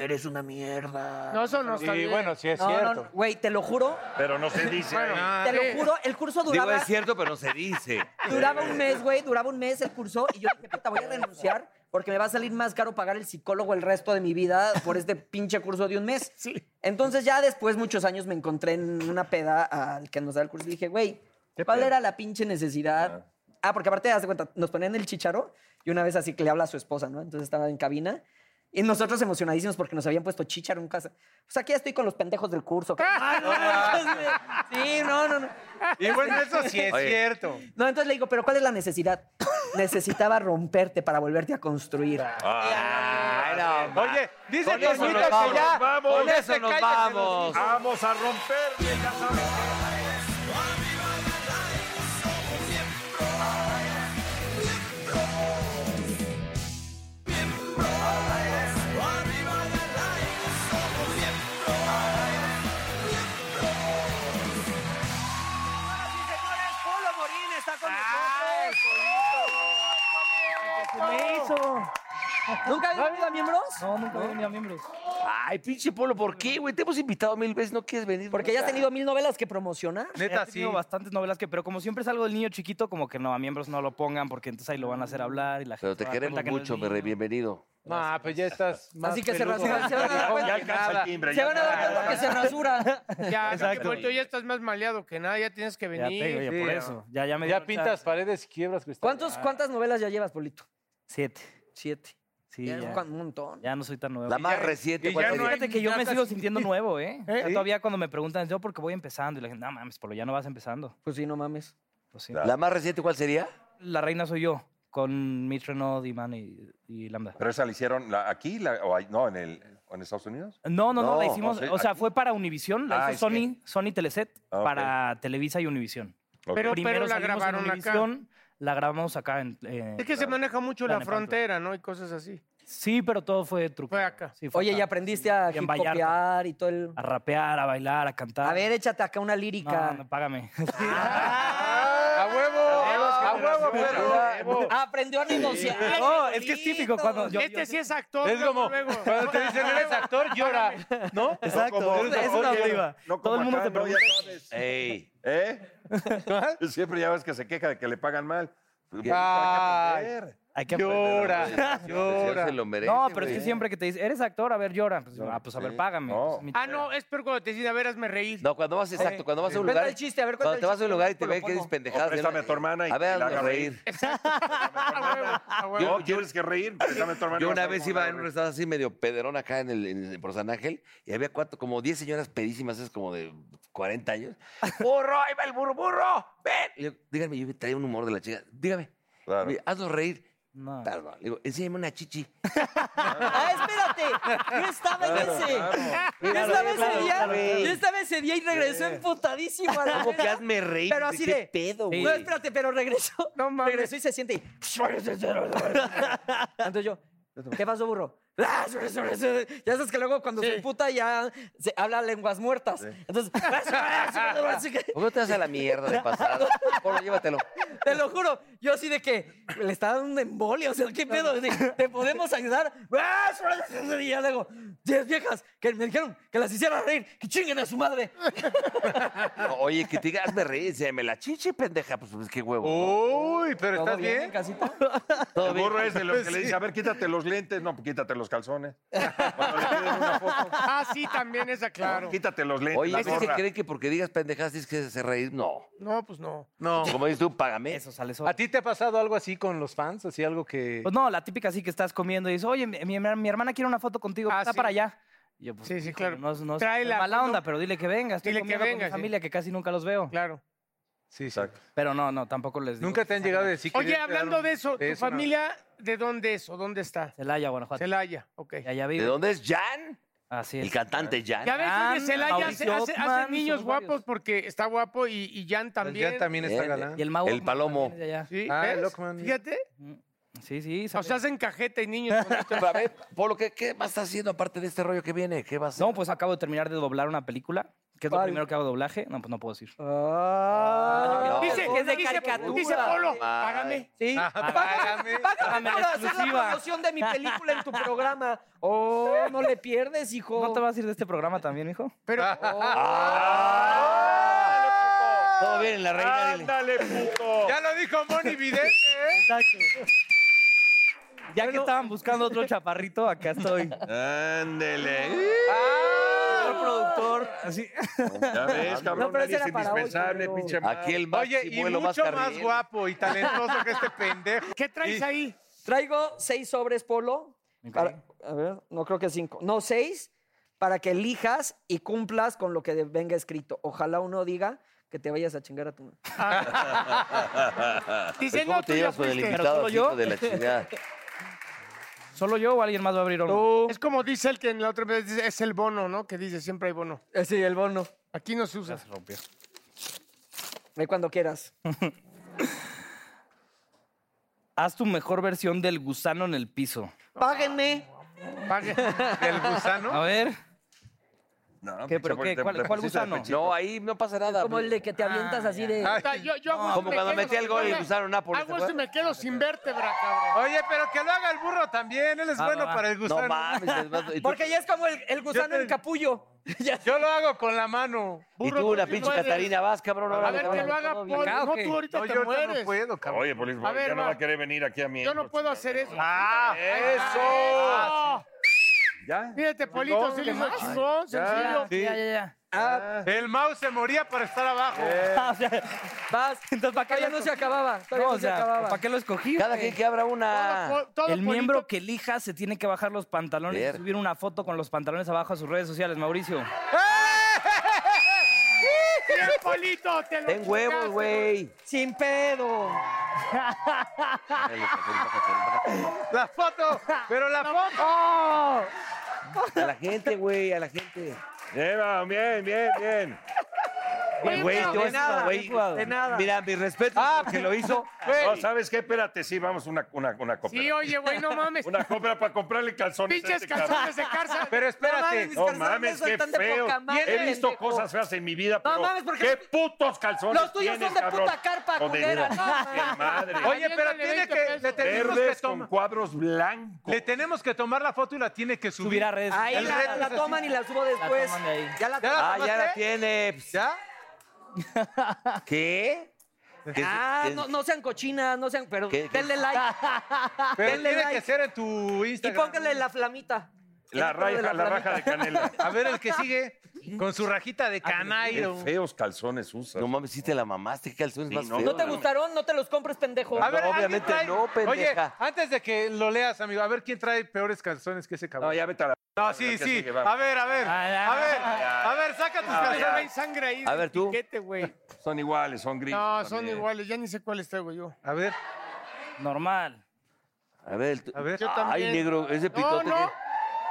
S3: Eres una mierda.
S4: No, eso no está
S5: Y
S4: bien.
S5: bueno, sí es
S2: No, no,
S5: cierto.
S2: no, güey, te lo juro,
S1: Pero no se dice.
S5: Ah,
S2: te lo juro, el curso
S3: Digo,
S2: duraba,
S3: es cierto, pero no se dice.
S2: duraba un mes, güey, duraba un mes el curso y yo dije, puta, voy a renunciar porque me va a salir más caro pagar el psicólogo el resto de mi vida por este pinche curso de un mes. Entonces ya después, muchos años, me encontré en una peda al que nos da el curso y dije, güey, ¿cuál era la pinche necesidad? Ah, porque aparte, haz de cuenta, nos ponían el chicharo y una vez así que le habla a su esposa, ¿no? Entonces estaba en cabina y nosotros emocionadísimos porque nos habían puesto chicharo en casa. Pues aquí estoy con los pendejos del curso. Ay, no, entonces, sí, no, no, no.
S5: Y bueno, eso sí es
S3: Oye.
S5: cierto.
S2: No, entonces le digo, ¿pero cuál es la necesidad? Necesitaba romperte para volverte a construir.
S3: Ay, no, ma.
S5: Oye, dice
S3: Con eso
S5: Toñita
S3: nos
S5: que
S3: vamos.
S5: ya-
S3: Vamos,
S5: con
S3: con
S5: ese
S3: eso nos
S5: cállate,
S3: vamos.
S7: Vamos a romper. ya saben.
S2: Señores, Polo Morín está con
S5: Ay,
S2: nosotros. ¡Oh! ¿Nunca había venido a miembros?
S3: Ay, pinche Polo, ¿por qué, güey? Te hemos invitado mil veces, no quieres venir.
S2: Porque ya has tenido mil novelas que promocionar.
S5: Neta, sí.
S8: bastantes novelas que, pero como siempre es algo del niño chiquito, como que no, a miembros no lo pongan porque entonces ahí lo van a hacer hablar y la
S3: Pero te
S1: Ah,
S3: queremos mucho, me re bienvenido.
S5: No, pues ya estás más
S2: Así que se
S5: peludo.
S2: rasura- se van a dar cuenta.
S5: Ya alcanza el timbre.
S2: Se van a dar cuenta que se rasura.
S4: Ya, porque tú ya estás más maleado que nada, ya tienes que venir.
S5: Sí,
S8: por
S5: ya.
S8: eso. Ya, ya me dio
S5: Ya
S8: el
S5: pintas
S8: chance.
S5: paredes y quiebras cristales.
S2: ¿Cuántos- ¿Cuántas novelas ya llevas, Polito?
S8: Siete.
S2: Siete.
S8: Sí,
S2: Ya,
S8: ya.
S2: Un montón.
S8: Ya no soy tan nuevo.
S3: La más reciente.
S5: y
S3: ¿cuál
S5: ya
S3: fue?
S5: no hay-
S8: Fíjate que yo me
S5: natas.
S8: sigo sintiendo nuevo, ¿eh? O sea,
S5: ¿Sí?
S8: Todavía cuando me preguntan, yo porque voy empezando, y la gente, no mames, por lo ya no vas empezando.
S2: Pues sí, no mames.
S8: Pues sí.
S3: ¿La más reciente cuál sería?
S8: La reina soy yo, con Mitch Renaud, Diman y, y Lambda.
S1: ¿Pero esa la hicieron la- aquí la- o ahí- no, en, el, o en Estados Unidos?
S8: No, no, no, la
S1: No,
S8: hicimos,
S1: o sea,
S8: o sea,
S1: aquí-
S8: fue para Univisión, la
S1: Ah,
S8: hizo
S1: es que-
S8: Sony, Sony Teleset,
S1: Ah, ok.
S8: para Televisa y Univisión.
S1: Ok.
S4: Pero-
S8: Primero
S4: la
S8: salimos en
S4: grabaron acá.
S8: Univisión, La grabamos acá en... eh,
S4: Es que se maneja mucho
S8: Plan
S4: la
S8: de pronto.
S4: frontera, ¿no? Y cosas así.
S8: Sí, pero todo fue truco.
S4: Fue acá.
S2: Oye, ¿y aprendiste a
S8: Y en
S2: hip
S8: Vallarta.
S2: hopear y todo el...?
S8: A rapear, a bailar, a cantar.
S2: A ver, échate acá una
S8: No,
S2: lírica.
S8: no, págame.
S5: ¡A huevo! ¡A huevo!
S2: Ah, Aprendió a negociar.
S8: No, es que es típico cuando yo... yo-
S4: Este sí es actor.
S5: Es como
S4: luego.
S5: cuando te dicen eres actor, llora. ¿No?
S8: Exacto,
S1: como-
S8: eres actor,
S1: no,
S8: yo iba.
S1: no como
S8: Todo el mundo
S1: acá,
S8: te
S1: no, ya
S8: pregunta.
S1: sabes.
S3: Ey.
S1: ¿Eh? Siempre ya ves que se queja de que le pagan mal. Pues, Hay que aprender.
S8: Hay que
S5: Llora,
S3: Pues,
S5: llora.
S3: se lo merece,
S8: No, pero es que
S3: güey.
S8: siempre que te dicen, eres actor, a ver, llora. Pues, ah, pues a ver,
S1: sí.
S8: págame.
S1: No.
S8: Pues, mi-
S4: Ah, no, es peor cuando te dicen, a ver, hazme reír.
S3: No, cuando vas, exacto, cuando vas a un
S2: Cuenta
S3: lugar.
S2: el chiste, a ver, cuenta
S3: Cuando
S2: el
S3: te vas a un
S2: chiste,
S3: lugar y te
S2: luego
S3: ven que
S2: lo
S3: dices
S2: pongo.
S3: pendejadas.
S1: O préstame a tu hermana y
S3: A
S1: que
S3: ver,
S1: la haga
S3: hazme reír.
S1: reír.
S4: A huevo, a huevo.
S1: No, tienes que reír. Préstame a tu hermana y
S3: Yo
S1: vas a
S3: una
S1: ver
S3: vez
S1: cómo
S3: iba
S1: la
S3: en un
S1: ríes.
S3: restaurante así medio pederón acá en el, en el- por San Ángel y había cuatro, como 10 señoras pedísimas, es como de 40 años. ¡Burro! ¡Ahí va el burro! ¡Burro! ¡Ven! Le digo, dígame, yo traía un humor de la chica. Dígame,
S1: Claro.
S3: me- hazlo reír.
S8: No.
S3: Claro, no. Le digo, enséñame una chichi.
S2: Ah, espérate. Yo estaba en ese. Yo estaba ese día. Yo estaba ese día y regresó emputadísimo a la
S3: ¿Cómo que
S2: verga.
S3: hazme reír?
S2: Pero así
S3: ¿Qué
S2: de-
S3: pedo, güey?
S2: No, espérate, pero regresó.
S4: No mames.
S2: Regresó y se siente y... Entonces yo, ¿qué pasó, burro? Ya sabes que luego cuando se emputa ya se habla lenguas muertas. Entonces,
S3: ¿Por qué no te vas a la mierda de pasado? Polo, llévatelo.
S2: te lo juro, yo así de que le está dando un embolio, o sea, ¿qué pedo? Así, ¿Te podemos ayudar? Y ya luego, 10 viejas que me dijeron que las hicieran reír, que chinguen a su madre.
S3: Oye, que te diga, hazme reír, se me la chiche, pendeja. Pues, pues, qué huevo.
S5: Uy, pero ¿estás bien?
S2: casita?
S3: Todo
S1: El
S3: bien.
S1: burro es de los que le
S3: Sí.
S1: dice, a ver, quítate los lentes. No, pues, quítate los calzones.
S4: Ah, sí, también esa, claro.
S1: Quítate los lentes.
S3: Oye,
S1: la
S3: ¿es que
S1: gorra.
S3: creen que porque digas pendejadas tienes que hacer reír? No.
S4: No, pues no.
S5: No.
S3: Como dices tú, págame.
S8: Eso sale solo.
S5: ¿A ti te ha pasado algo así con los fans? Así algo que...
S8: Pues no, la típica sí que estás comiendo y dices, oye, mi, mi- mi hermana quiere una foto contigo,
S4: Ah,
S8: está
S4: sí.
S8: para allá. Y yo, pues,
S4: Sí, sí,
S8: híjole,
S4: claro.
S8: No, es- no es-
S4: Tráela,
S8: es mala
S4: pues,
S8: onda,
S4: no.
S8: pero dile que venga. Estoy
S4: Dile que
S8: comiendo con
S4: venga,
S8: mi
S4: sí.
S8: familia que casi nunca los veo.
S4: Claro.
S5: Sí, sí.
S1: Exacto.
S8: Pero no, no, tampoco les digo.
S5: Nunca te han llegado a decir que...
S4: Oye,
S5: querías dar
S4: hablando
S5: un
S4: de eso, ¿tu
S5: beso, una-
S4: familia de dónde es o dónde está?
S8: Celaya, Guanajuato.
S4: Celaya, ok.
S8: Y allá
S3: ¿De
S8: vive.
S3: dónde es Jan?
S8: Así
S3: El
S8: es.
S3: cantante Jan.
S4: Ya ves, oye,
S8: Jan,
S4: Celaya hace,
S8: Mauricio
S4: hace- hace
S8: Ockman,
S4: niños
S8: somos
S4: guapos
S8: varios.
S4: porque está guapo y, y Jan
S5: Pues
S4: también.
S5: Ya también está
S3: Bien.
S5: galán.
S8: Y el Mau
S3: El
S8: Ockman
S3: Palomo.
S8: también es de allá.
S4: Sí,
S5: Ah,
S4: ¿ves?
S5: el Ockman.
S4: Fíjate.
S8: Sí, sí.
S4: O
S8: sabe.
S4: sea, hacen cajeta y niños. bonitos.
S3: Pero a ver, Polo, ¿qué, ¿qué vas a estar haciendo aparte de este rollo que viene? ¿Qué vas a
S8: No, pues acabo de terminar de doblar una película. ¿Qué es lo
S2: ¿Cuál?
S8: primero que hago doblaje? No, pues no puedo decir.
S3: no,
S2: Ah,
S4: dice,
S3: no,
S2: es de
S4: dice-
S2: caricatura.
S4: Dice Polo, págame.
S2: Sí.
S8: Ah,
S5: págame.
S2: Págame, págame
S8: Págame la
S2: para hacer la
S8: exclusiva.
S2: promoción de mi película en tu programa. Oh, no le pierdes, hijo.
S8: ¿No te vas a ir de este programa también, hijo?
S4: Pero,
S1: Ah,
S3: Todo bien en la
S9: ah,
S3: reina. dile.
S1: ¡Ándale, puto!
S5: Ya lo dijo Moni Vidente, ¿eh?
S8: Ya que estaban buscando otro chaparrito, acá estoy.
S1: ¡Ándele!
S2: Ah.
S8: Señor productor. Así.
S1: Ya ves, cabrón,
S2: No, pero ese
S1: nadie es
S2: era para otro,
S1: indispensable,
S2: pero-
S1: pinche madre.
S3: Aquí el más
S5: Oye, y
S3: chimuelo,
S5: mucho más,
S3: carriel.
S5: guapo y talentoso que este pendejo.
S4: ¿qué traes
S5: Y-
S4: ahí?
S2: Traigo seis sobres polo. para- a ver, no creo que cinco. No, seis para que elijas y cumplas con lo que de- venga escrito. Ojalá uno diga que te vayas a chingar a tu madre.
S4: Dice,
S3: ¿Cómo
S4: no, tú
S3: te
S4: ya
S3: llevas con el
S4: fuiste.
S3: invitado,
S8: solo
S3: así, hijo
S8: yo?
S3: de la chingada?
S8: ¿Solo yo o alguien más va a abrir horno?
S2: Tú.
S4: Es como dice el que en la otra vez dice, es el bono, ¿no? Que dice, siempre hay bono.
S2: Eh, Sí, el bono.
S4: Aquí no se usa.
S2: Ve cuando quieras.
S8: Haz tu mejor versión del gusano en el piso.
S2: Páguenme.
S4: Pague.
S5: El gusano.
S8: A ver.
S1: No,
S8: ¿Qué,
S1: pinche
S8: pero
S1: Poli,
S8: qué?
S1: te-
S8: ¿Cuál-
S1: te
S8: cuál
S1: pusiste de
S8: gusano?
S1: pechito.
S3: No, ahí no pasa nada.
S2: Como el de que te avientas así de.
S4: O sea, Ah, yo, yo hago
S3: Como
S4: si me
S3: cuando
S4: quedo
S3: metí el
S4: sin
S3: gol y
S4: bola.
S3: usaron Nápoles, ¿te
S4: Hago si
S3: acuerdas?
S4: me quedo sin vértebra, cabrón.
S5: Oye, pero que lo haga el burro también. Él es
S8: Va,
S5: bueno
S8: Ah,
S4: Ah,
S8: va, va.
S5: para el
S3: No
S5: gusano.
S3: mames. además, y tú-
S2: Porque ya es como el, el gusano
S5: te-
S2: en capullo. Ya-
S5: Yo lo hago con la mano.
S3: Y
S4: burro,
S3: tú, una
S4: tú sí
S3: pinche
S4: puedes.
S3: Catarina, vas, cabrón.
S4: A
S3: órale,
S4: ver, que
S3: cabrón.
S4: lo haga
S3: Todo
S4: Polo.
S3: bien.
S8: acá,
S4: No,
S8: ¿o qué?
S4: tú ahorita
S5: Ah, No,
S4: te
S5: yo ahorita
S4: mueres.
S5: no puedo, cabrón.
S1: Oye, Poli,
S4: A ver,
S1: ya no
S4: va.
S1: va a querer venir aquí a mí.
S4: Yo no puedo hacer eso.
S5: Ah,
S1: ¡Eso!
S4: Ah,
S1: ¿Ya?
S4: Fíjate,
S3: Pues
S4: Polito, sí le hizo chingón, sencillo.
S5: Sí.
S8: Ya, ya, ya.
S5: Ah, El mouse se moría para estar abajo.
S8: Ah, o sea,
S2: Vas.
S8: entonces, ¿para qué
S2: Todavía
S8: lo
S2: no
S8: escogí?
S2: se acababa. Todavía
S8: No,
S2: no,
S8: o
S2: se
S8: sea,
S2: acababa.
S8: ¿para qué lo escogí?
S3: Cada quien que abra
S4: Todo,
S3: una.
S4: po- todo
S8: El
S4: Polito-
S8: miembro que elija se tiene que bajar los pantalones
S3: Ver.
S8: y subir una foto con los pantalones abajo a sus redes sociales, Mauricio.
S4: Bien, Polito, te lo
S3: Ten huevos,
S4: chingaste,
S3: güey.
S2: Sin pedo.
S5: La foto, pero la foto.
S2: Oh.
S3: A la gente, güey, a la gente.
S1: Lleva, bien, bien, bien.
S3: Bien, güey,
S2: no,
S3: te voy a
S2: de
S4: este
S3: decir,
S2: nada,
S3: güey,
S2: bien jugado. De nada. Ah,
S3: Mira, mi respeto porque lo hizo.
S1: No, ¿sabes qué? Espérate, sí, vamos una, una, una copia.
S4: Sí, oye, güey, no mames.
S1: Una copia para comprarle calzones. a
S4: Pinches
S1: este cabrón.
S4: calzones de cárcel.
S5: Pero
S2: mames,
S5: espérate.
S2: mis
S1: No
S2: calzones
S1: mames,
S2: son
S1: qué
S2: tan de
S1: feo.
S2: poca madre,
S1: He visto
S2: pendejo.
S1: cosas feas en mi vida,
S2: No
S1: pero
S2: mames, porque-
S1: qué putos calzones
S2: Los tuyos
S1: tienes,
S2: son de
S1: cabrón.
S2: puta carpa,
S1: Joder,
S2: culera.
S1: qué madre.
S5: Oye, pero
S4: Aviéntale
S5: tiene que.
S4: 20 pesos.
S5: Le tenemos que,
S1: Verdes con
S5: tomar
S1: cuadros blancos.
S5: le tenemos que tomar la foto y la tiene que subir.
S8: Subir a redes
S2: Ahí
S5: El
S8: sociales.
S2: la,
S5: reto
S2: la
S5: es así.
S2: toman y la subo después.
S8: toman de ahí.
S2: Ya la
S5: Ya la-
S2: toman.
S3: Ah, ya la
S5: tomaste?
S3: tiene. Pss,
S5: ¿Ya?
S3: ¿Qué? ¿Qué-
S2: Ah,
S3: qué-
S2: no, no sean cochinas, no sean. Pero
S3: ¿Qué- qué?
S2: denle like.
S5: Pero
S2: Denle
S5: tiene
S2: like.
S5: que ser en tu
S2: Y
S5: Instagram.
S2: pónganle la flamita.
S1: La
S2: Dentro de
S1: raja, la
S2: flamita.
S1: raja de canela.
S5: A ver el que sigue con su rajita
S3: Ah,
S5: de
S1: Qué
S5: canairo.
S1: feos calzones usas.
S3: No mames, sí te la mamaste. ¿Qué calzones
S1: Sí,
S3: más
S1: no,
S3: feos?
S2: ¿No te
S1: mames.
S2: gustaron? No te los compres, pendejo.
S5: A ver,
S3: No,
S5: ¿alguien
S3: obviamente
S5: trae-
S3: no, pendeja.
S5: Oye, antes de que lo leas, amigo, a ver quién trae peores calzones que ese
S1: No,
S5: cabrón.
S1: ya vete a la...
S5: No, sí,
S1: que
S5: sí.
S1: sigue, va.
S5: a ver, a ver.
S8: ya.
S2: Ah,
S5: A ver, a ver, saca tus
S1: Ah,
S4: Ya
S5: calzones.
S4: ven sangre ahí.
S3: A
S4: del
S3: ver, tú.
S4: piquete, güey.
S1: Son iguales, son gringos.
S4: No, son
S1: también.
S4: iguales. Ya ni sé cuáles traigo yo.
S5: A ver,
S8: Normal.
S3: A ver, el tu-
S5: a ver.
S4: Yo
S3: Ay,
S4: también.
S3: negro, ese
S4: No,
S3: pitote.
S4: no.
S3: que-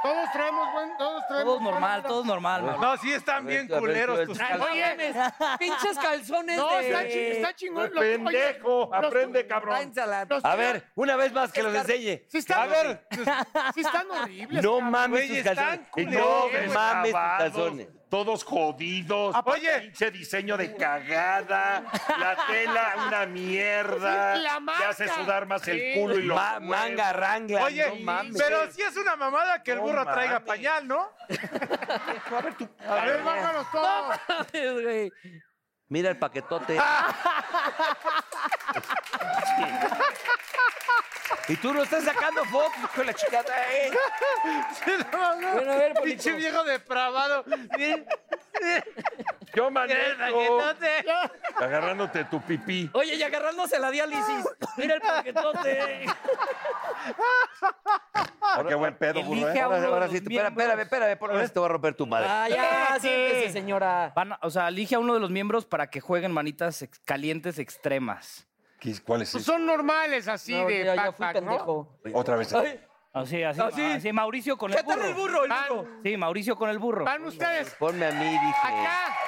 S4: Todos traemos, buen, todos traemos.
S8: Todo normal,
S4: buena-
S8: todo normal. Mauricio.
S5: No, sí están
S3: A ver,
S5: bien
S3: tú, a ver, tú,
S5: culeros tus
S3: tú.
S4: Ay,
S5: calzones.
S4: Oye,
S2: Pinches calzones
S4: no,
S2: de.
S4: está, chi- está chingón. Los- oye,
S1: Pendejo,
S4: los-
S1: aprende, cabrón.
S2: Ánsala.
S4: los-
S3: A ver, una vez más que los enseñe.
S4: Sí están,
S3: A ver,
S4: sí están horribles.
S3: no
S4: cabrón.
S3: mames
S5: Güey,
S3: tus
S5: están
S3: calzones.
S5: culeros,
S3: No
S5: güey,
S3: mames tus
S1: lavados.
S3: calzones.
S9: Todos jodidos. Oye. Pinche diseño de cagada. La tela, una mierda.
S5: La
S9: Te hace
S5: manga.
S9: sudar más el
S5: Sí.
S9: culo y los
S5: Ma-
S9: huevos.
S5: manga
S3: Wrangler,
S5: Oye, pero sí es una mamada que el
S9: No
S5: burro traiga
S9: mames.
S5: pañal, ¿no?
S9: A ver, tú.
S5: A ver, bájanos todos.
S3: Mira el paquetote.
S4: Ah.
S3: Y tú no estás sacando fotos con la chica. ¡eh!
S5: Se la mamó.
S3: Bueno, a ver, Polito.
S5: Pinche viejo depravado.
S9: Yo manejo. Agarrándote tu pipí.
S2: Oye, y agarrándose la diálisis. Mira el paquetote.
S3: Ah, qué buen pedo,
S2: Elige
S3: burro. ¿eh?
S2: a uno
S3: Ahora,
S2: de
S3: ahora
S2: los
S3: sí, espérame, espérame, espérame, por lo menos te va a romper tu madre.
S2: Ah, ya,
S8: pues
S2: siéntese, señora.
S8: Van a- o sea, elige a uno de los miembros para que jueguen manitas ex- calientes extremas.
S1: ¿Cuál es
S4: Pues son normales así
S8: No,
S4: de
S8: ya- ya
S4: pack,
S8: fui
S4: pack,
S8: pendejo. Ah,
S1: Otra vez.
S8: Así, así, así. Mauricio con el burro. Sí, Mauricio con el burro.
S4: Van ustedes.
S3: Ponme a mí, dije.
S4: Acá,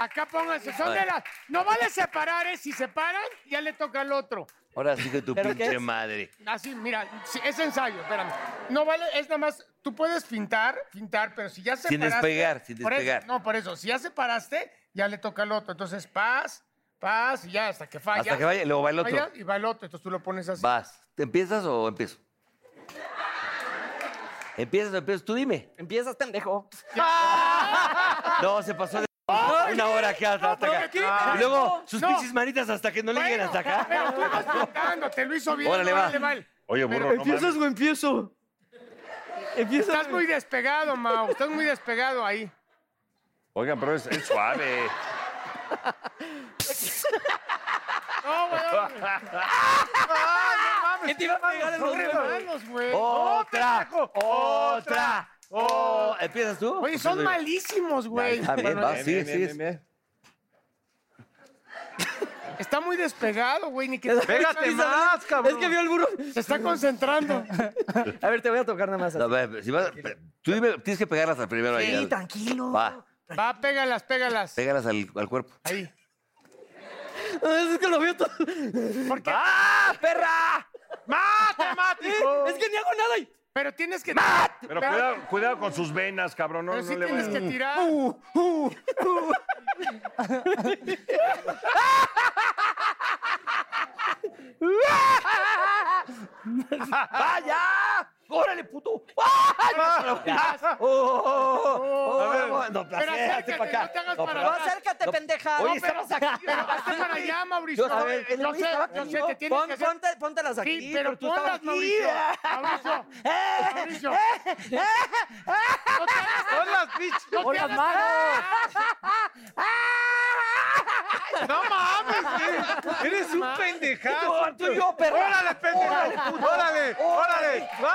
S4: acá pónganse. Son de las. No vale separar, ¿eh? Si separan, ya le toca al otro.
S3: Ahora sí que tu
S4: ¿Pero qué
S3: pinche
S4: es?
S3: madre.
S4: Así, mira, sí, es ensayo, espérame. No vale, es nada más, tú puedes fintar, fintar, pero si ya
S3: Sin
S4: separaste...
S3: despegar, sin
S4: por eso-
S3: despegar.
S4: no, por eso, si ya separaste, ya le toca al otro. Entonces, paz, paz, y ya, hasta que falla.
S3: Hasta que vaya, y luego va el otro.
S4: Falla y va el otro, entonces tú lo pones así.
S3: Vas. ¿Te ¿Empiezas o empiezo? ¿Empiezas o empiezas? Tú dime.
S2: Empiezas, pendejo.
S3: No, se pasó de una hora acá hasta, hasta acá. Y luego sus pinches manitas hasta que no le lleguen hasta acá.
S4: Pero tú vas pintando, te lo hizo bien,
S3: Órale,
S4: órale,
S3: va.
S4: va.
S1: Oye, burro, no mames.
S4: o empiezo? Estás muy despegado, Mau, estás muy despegado ahí.
S1: Oigan, pero es, es suave.
S4: No, güey.
S9: Ah,
S5: ¿Qué te iba a pegar el
S9: ¡Oh,
S3: ¡Otra! ¡Otra! ¡Oh! ¿Empiezas tú?
S4: Oye,
S3: Pues
S4: son
S3: yo digo.
S4: malísimos, güey.
S3: Ya, Está bien,
S4: Bueno,
S3: va,
S9: eh,
S4: es-
S3: sí, sí.
S4: Está muy despegado, güey. Ni que
S5: Pégate más, cabrón.
S4: Es que vio el burro. Se está concentrando.
S2: A ver, te voy a tocar nada más.
S3: No, ve, ve, si vas- pe- tú dime, tienes que pegarlas al primero ahí. al-
S2: tranquilo.
S3: Va,
S4: Va, pégalas, pégalas.
S3: pégalas al, al cuerpo.
S4: Ahí.
S2: Ah, Es que lo veo todo.
S4: ¿Por qué?
S3: ¡Ah, perra!
S5: Matemático.
S2: Es que ni hago nada. y-
S4: Pero tienes que.
S9: Pero cuidado, cuidado con sus venas, cabrón. No,
S4: Pero
S9: no
S4: sí
S9: le
S4: tienes
S9: vayas-
S2: Uh,
S4: que tirar.
S2: uh.
S3: ¡Vaya! ¡Órale, puto!
S4: ¡Ah!
S2: Oh,
S5: A ver,
S3: No,
S4: Pero acércate,
S3: para acá.
S4: no te hagas
S3: No,
S4: para
S3: pero-
S2: No,
S4: atrás.
S2: acércate, pendeja.
S3: Oye,
S2: no, pero-
S3: estamos
S2: aquí.
S4: Pero hazte para allá, Mauricio.
S2: A ver, el
S4: no
S2: Luis
S4: sé,
S2: estaba
S4: no sé,
S2: conmigo.
S4: te tienes
S2: Pon-
S4: que hacer-
S2: ponte- Póntelas aquí.
S4: Sí, pero
S2: tú estabas
S4: ponlas,
S2: aquí.
S4: Mauricio. Mauricio. Mauricio. No te hagas-
S5: Son las pinches.
S4: no te hagas-
S5: No mames, güey. eres un pendejazo.
S2: Tú y yo, perra.
S5: Órale, pendejo.
S2: puto.
S5: Órale, órale. Va.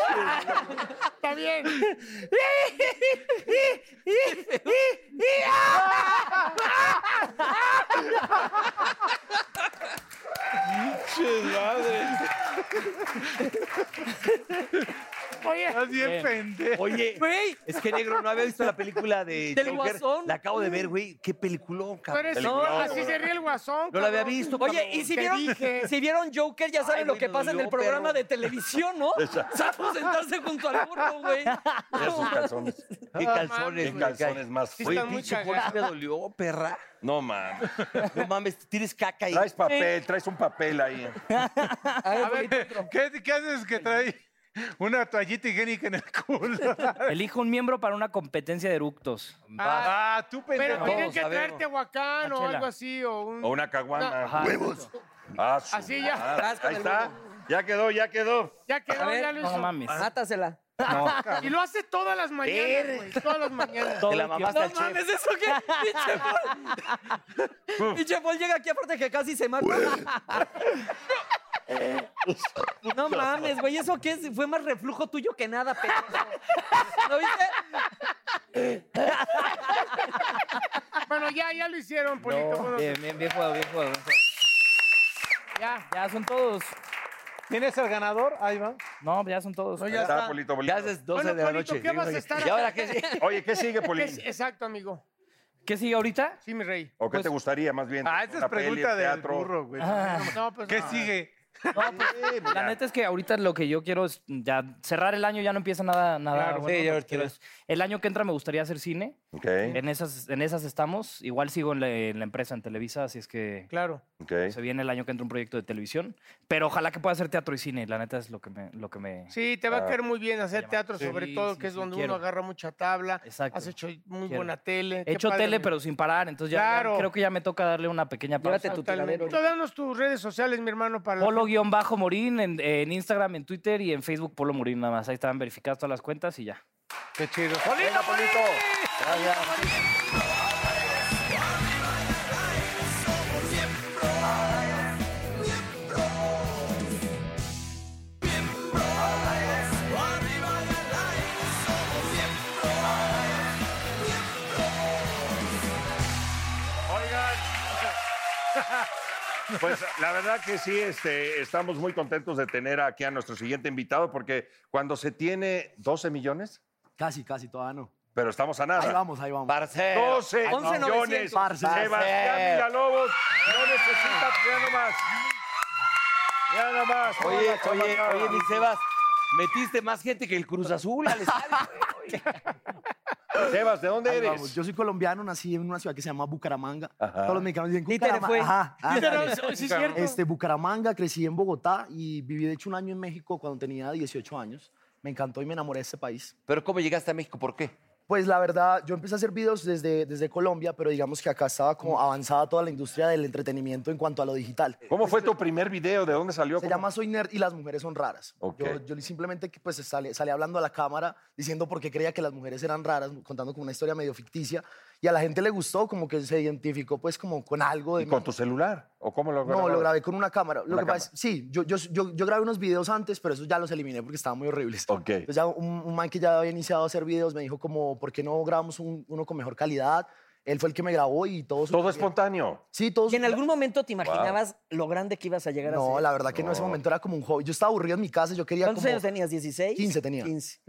S4: Está bien. Oye,
S5: Estás bien pendejo.
S3: Oye,
S2: Güey.
S3: es que negro, no había visto la película de
S2: Del
S3: Joker.
S2: Guasón.
S3: La acabo de ver, güey. Qué peliculón,
S4: pero
S3: cabrón.
S4: es
S3: No,
S4: así se ríe el guasón.
S3: no la había
S4: cabrón.
S3: visto,
S2: Oye,
S3: cabrón.
S2: y si
S4: te
S2: vieron,
S4: dije.
S2: si vieron Joker, ya saben
S3: Ay,
S2: lo
S3: güey,
S2: que
S3: me
S2: pasa en
S3: dolió,
S2: el programa
S3: perro.
S2: de televisión, ¿no? Saben sentarse junto al burro, güey.
S1: Mira sus calzones.
S3: Qué calzones,
S1: Qué
S3: güey.
S1: calzones más
S4: Sí,
S3: Oye,
S4: están muy
S3: pinche Paul, sí
S4: cagados.
S3: me dolió, perra.
S1: No mames.
S3: No mames, tienes caca ahí.
S1: Traes papel, traes un papel ahí.
S2: A ver, güey,
S5: ¿Qué, qué haces que trae una toallita higiénica en el culo?
S8: Elige un miembro para una competencia de eructos.
S4: Ah,
S5: Ah, tú
S4: pero
S5: pendejo.
S4: tienen
S3: Vamos
S4: que
S3: a ver.
S4: traer Tehuacán o
S8: Achela.
S4: algo así. O un...
S1: O una caguama. ¡Huevos! Ah, su
S4: Así ya.
S1: madre. Ahí está. Ya quedó, ya quedó.
S4: Ya quedó,
S2: A ver,
S4: ya lo hizo.
S8: No mames.
S2: Mátasela.
S8: No.
S4: Y lo hace todas las mañanas, güey. Todas las mañanas.
S8: Todo
S3: Te la
S8: el tiempo.
S3: mamaste al chef.
S2: ¿Es eso qué? Pinche Paul. Pinche Paul llega aquí aparte que casi se mata. No mames, güey, ¿eso qué es? Fue más reflujo tuyo que nada, pendejo. ¿No viste?
S4: Bueno, ya, ya lo hicieron, Polito. bueno,
S8: Bien, bien, bien jugado, bien jugado.
S4: ya.
S8: Ya son todos.
S5: ¿Tienes al ganador? Ahí va.
S8: No, pues ya son todos.
S5: No,
S3: ya está. Polito, Polito. Ya haces
S4: 12 Bueno, de la Polito, noche. ¿qué vas a estar ¿Y ahora qué sigue? Oye, ¿qué sigue, Polín?
S3: Polito?
S4: Es- exacto, amigo.
S8: ¿Qué sigue ahorita?
S4: Sí, mi rey.
S1: ¿O qué te gustaría más bien?
S4: Ah, esa es
S1: ¿Una peli,
S4: pregunta del
S1: teatro?
S8: burro, güey.
S4: No, pues
S8: Ah. ¿Qué
S4: no. pues,
S8: sigue? eh, La neta es que ahorita lo que yo quiero es ya cerrar el año, ya no empieza nada. nada
S3: Claro, sí, ya
S8: lo que
S3: ahorita
S8: quiero es- El año que entra me gustaría hacer cine.
S1: Ok.
S8: En esas, en esas estamos. Igual sigo en la, en la empresa en Televisa, así es que.
S4: Claro.
S8: Se viene el año que entra un proyecto de televisión. Pero ojalá que pueda hacer teatro y cine. La neta es lo que me. Lo que me
S4: Sí, te va a
S8: Ah.
S4: caer muy bien hacer teatro,
S8: Sí,
S4: sobre todo,
S8: sí,
S4: que es
S8: sí,
S4: donde
S8: quiero.
S4: uno agarra mucha tabla.
S8: Exacto.
S4: Has hecho muy
S8: Quiero.
S4: buena tele.
S8: He
S4: Qué
S8: hecho
S4: padre,
S8: tele,
S4: amigo.
S8: pero sin parar. Entonces ya, ya
S4: Claro.
S8: creo que ya me toca darle una pequeña pausa.
S4: Totalmente. Tú danos tus redes sociales, mi hermano, para la-
S8: Polo-Morín en, en Instagram, en Twitter y en Facebook Polo Morín nada más. Ahí están verificadas todas las cuentas y ya.
S5: Qué chido.
S8: ¡Polito, Polito!
S1: Pues la verdad que sí, este, estamos muy contentos de tener aquí a nuestro siguiente invitado, porque cuando se tiene 12 millones.
S10: Casi, casi, todavía no.
S1: Pero estamos a nada.
S10: Ahí vamos, ahí vamos.
S1: 12 millones. Sebastián Villalobos no necesita ya nomás. Ya nada más.
S3: Oye,
S1: Toda la
S3: oye,
S1: chamacada.
S3: oye, mi Sebas, metiste más gente que el Cruz Azul al estadio.
S1: Sebas, ¿de dónde
S10: Ahí
S1: eres?
S10: vamos. Yo soy colombiano, nací en una ciudad que se llama Bucaramanga. Todos los mexicanos dicen
S1: Títere
S10: Bucaramanga.
S1: fue.
S10: Ajá, ajá.
S1: Títere, sí, sí, es cierto.
S10: Este, Bucaramanga, crecí en Bogotá y viví de hecho un año en México cuando tenía 18 años. Me encantó y me enamoré de este país.
S3: Pero ¿cómo llegaste a México? ¿Por qué?
S10: Pues la verdad, yo empecé a hacer videos desde, desde Colombia, pero digamos que acá estaba como avanzada toda la industria del entretenimiento en cuanto a lo digital.
S1: ¿Cómo fue tu primer video? ¿De dónde salió?
S10: Se llama Soy Nerd y las mujeres son raras.
S1: Ok.
S10: Yo, yo simplemente que, pues salí, salí hablando a la cámara diciendo por qué creía que las mujeres eran raras, contando como una historia medio ficticia. Y a la gente le gustó, como que se identificó pues como con algo de...
S1: ¿Y con tu celular? ¿O cómo lo
S10: No, lo grabé con una cámara. Lo
S1: Una
S10: que pasa es- sí, yo, yo, yo, yo grabé unos videos antes, pero esos ya los eliminé porque estaban muy horribles. Entonces ya un, un man que ya había iniciado a hacer videos me dijo como, ¿por qué no grabamos un- uno con mejor calidad? Él fue el que me grabó y todo...
S1: Todo espontáneo.
S10: Sí, todo...
S2: ¿Y en algún momento te imaginabas
S10: lo grande que ibas a
S2: llegar a
S10: No,
S2: ser?
S10: la verdad que no, en ese
S2: No.
S10: momento era como un hobby. Yo estaba aburrido en mi casa, yo quería
S2: ¿Cuántos
S10: como-
S2: años tenías? ¿16?
S10: 15 tenía.
S2: 15.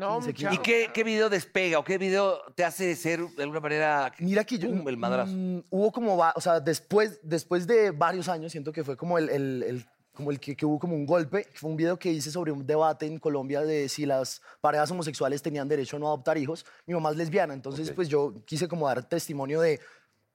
S3: ¿Y qué, qué video despega o qué video te hace ser de alguna manera
S10: Mira que yo,
S3: pum, el madrazo?
S10: Mm, hubo como, va- o sea, después, después de varios años, siento que fue como el, el- el- como el que, que hubo como un golpe. Fue un video que hice sobre un debate en Colombia de si las parejas homosexuales tenían derecho a no adoptar hijos. Mi mamá es lesbiana, entonces pues yo quise como dar testimonio de...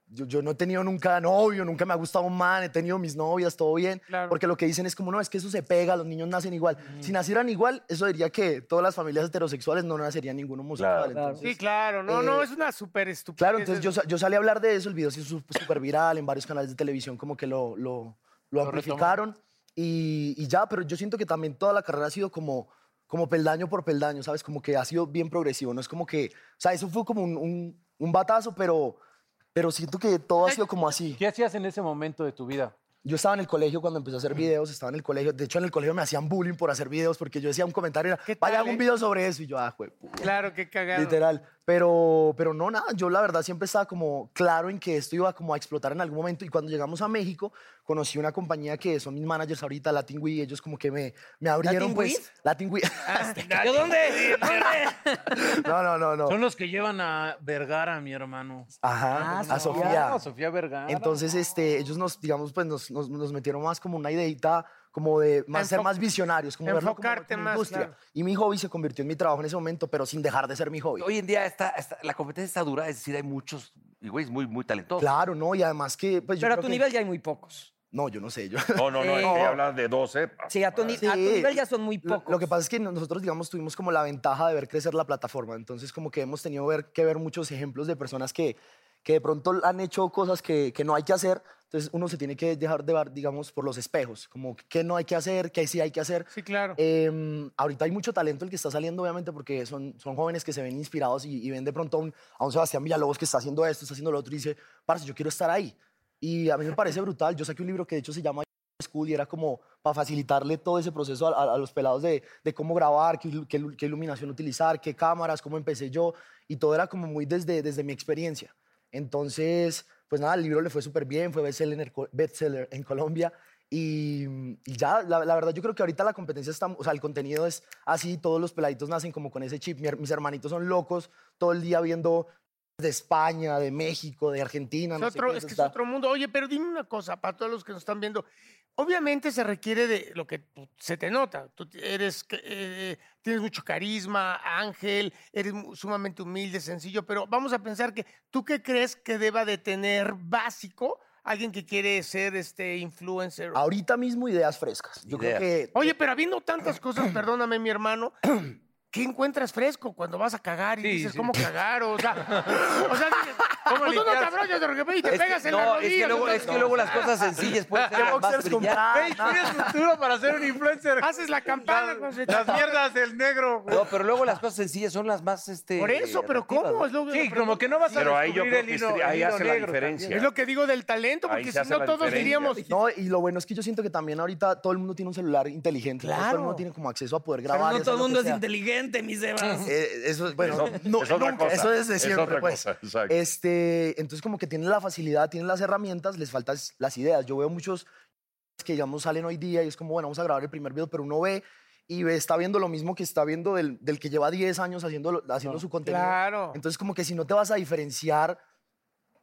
S10: Yo, yo no he tenido nunca novio, nunca me ha gustado un man, he tenido mis novias, todo bien. Porque lo que dicen es como, no, es que eso se pega, los niños nacen igual. Si nacieran igual, eso diría que todas las familias heterosexuales no nacerían ningún homosexual. Pues entonces-
S4: Sí, claro. No, no,
S10: Eh,
S4: es una súper estupidez.
S10: Claro, entonces yo, sa- yo salí a hablar de eso, el video se hizo sup- súper viral en varios canales de televisión, como que lo, lo, lo amplificaron y, y ya, pero yo siento que también toda la carrera ha sido como, como peldaño por peldaño, ¿sabes? Como que ha sido bien progresivo, no es como que, o sea, eso fue como un, un, un batazo, pero, pero siento que todo ha sido como así.
S5: ¿Qué hacías en ese momento de tu vida?
S10: Yo estaba en el colegio cuando empecé a hacer videos, estaba en el colegio, de hecho en el colegio me hacían bullying por hacer videos porque yo decía un comentario, era, vaya,
S5: eh?"
S10: hago un video sobre eso y yo, ah, juepu.
S4: Claro, qué cagado.
S10: Literal. Pero, pero no, nada, yo la verdad siempre estaba como claro en que esto iba como a explotar en algún momento. Y cuando llegamos a México, conocí una compañía que son mis managers ahorita, Latin Wii, ellos como que me, me abrieron
S2: ¿Latin
S10: pues... Latin Wii.
S2: ¿Yo dónde?
S10: no, no, no, no.
S11: Son los que llevan a Vergara, mi hermano. Ah,
S10: Ajá, a Sofía.
S11: Sofía, Sofía Vergara.
S10: Entonces, este, ellos nos, digamos, pues nos, nos- nos metieron más como una ideita como de más, ser
S4: Enfo-
S10: más visionarios, como verlo como-
S4: enfocarte
S10: como
S4: más,
S10: industria.
S4: claro.
S10: Y mi hobby se convirtió en mi trabajo en ese momento, pero sin dejar de ser mi hobby.
S3: Hoy en día está, está- la competencia está dura, es decir, hay muchos y güeyes muy, muy talentosos.
S10: Claro, ¿no? Y además que... Pues, yo
S3: Pero a
S10: creo
S3: tu
S10: que-
S3: nivel
S2: ya hay muy pocos.
S10: No, yo no sé. Yo...
S1: No, no, no,
S10: Sí.
S1: es que hablas de 12.
S10: Sí, a tu,
S2: ni- a tu nivel ya son muy
S10: Lo, que pasa es que nosotros, digamos, tuvimos como la ventaja de ver crecer la plataforma. Entonces, como que hemos tenido ver, que ver muchos ejemplos de personas que, que de pronto han hecho cosas que, que no hay que hacer. Entonces, uno se tiene que dejar de ver, digamos, por los espejos. Como qué no hay que hacer, qué sí hay que hacer. Em,
S4: Sí, claro.
S10: ahorita hay mucho talento el que está saliendo, obviamente, porque son, son jóvenes que se ven inspirados y, y ven de pronto a un, a un Sebastián Villalobos que está haciendo esto, está haciendo lo otro y dice, parce, yo quiero estar ahí. Y a mí me parece brutal. Yo saqué un libro que de hecho se llama School y era como para facilitarle todo ese proceso a, a- a los pelados de, de cómo grabar, qué, ilu- qué ilu- qué iluminación utilizar, qué cámaras, cómo empecé yo. Y todo era como muy desde, desde mi experiencia. Entonces, pues nada, el libro le fue súper bien, fue bestseller en, el co- bestseller en Colombia. Y, y ya, la, la verdad, yo creo que ahorita la competencia está, o sea, el contenido es así, todos los peladitos nacen como con ese chip. Mi her- mis hermanitos son locos, todo el día viendo de España, de México, de Argentina.
S4: Es,
S10: no sé
S4: otro,
S10: qué,
S4: es
S10: eso
S4: que es
S10: está-
S4: otro mundo. Oye, pero dime una cosa, para todos los que nos están viendo. Obviamente se requiere de lo que tú- se te nota. Tú eres, que- eh, tienes mucho carisma, ángel, eres mu- sumamente humilde, sencillo, pero vamos a pensar que tú qué crees que deba de tener básico alguien que quiere ser este influencer.
S10: Ahorita mismo ideas frescas. Yo creo que
S4: Oye, pero habiendo tantas cosas, perdóname, mi hermano. ¿Qué encuentras fresco cuando vas a cagar y
S9: Sí,
S4: dices
S9: sí.
S4: cómo cagar? O sea, o sea dices,
S9: ¿Cómo
S4: pues tú no te
S9: limpias?
S4: abrollas de repente y te
S9: Es que-
S4: pegas en
S9: no,
S4: la
S9: es que
S4: rodilla.
S9: luego- es que luego las cosas sencillas pueden ser ¿Qué las más boxers con brillantes.
S5: Ey, tienes futuro para ser un influencer.
S4: Haces la campana con su-
S5: Las mierdas del negro. güey.
S3: No, pero luego las cosas sencillas son las más, este...
S4: Por eso, pero
S3: atractivas,
S4: ¿cómo?
S3: ¿no?
S4: Es lo
S5: Sí, como que no vas a
S3: Pero ahí yo
S5: descubrir
S3: creo
S5: el
S3: que
S5: hilo,
S3: este-
S5: el
S3: ahí
S5: hilo
S3: hace la
S5: negro.
S3: diferencia.
S4: Es lo que digo del talento, porque si no todos diríamos...
S10: No, y lo bueno es que yo siento que también ahorita todo el mundo tiene un celular inteligente. entonces Todo
S12: Claro.
S10: el mundo tiene como acceso a poder
S12: Pero
S10: grabar. y
S12: no
S10: hacer
S12: todo el
S10: lo que
S12: mundo es
S10: sea.
S12: inteligente, mi Sebas.
S10: Eh, eso es, bueno,
S12: Eso-
S10: no,
S12: es otra
S10: nunca,
S12: cosa,
S10: eso es de
S12: es
S10: siempre,
S12: otra
S10: pues.
S12: cosa, exacto.
S10: Este, entonces como que tienen la facilidad, tienen las herramientas, les faltan las ideas. Yo veo muchos que digamos salen hoy día y es como, bueno, vamos a grabar el primer video, pero uno ve y ve- está viendo lo mismo que está viendo del, del que lleva 10 años haciendo, haciendo su contenido.
S4: Claro.
S10: Entonces como que si no te vas a diferenciar,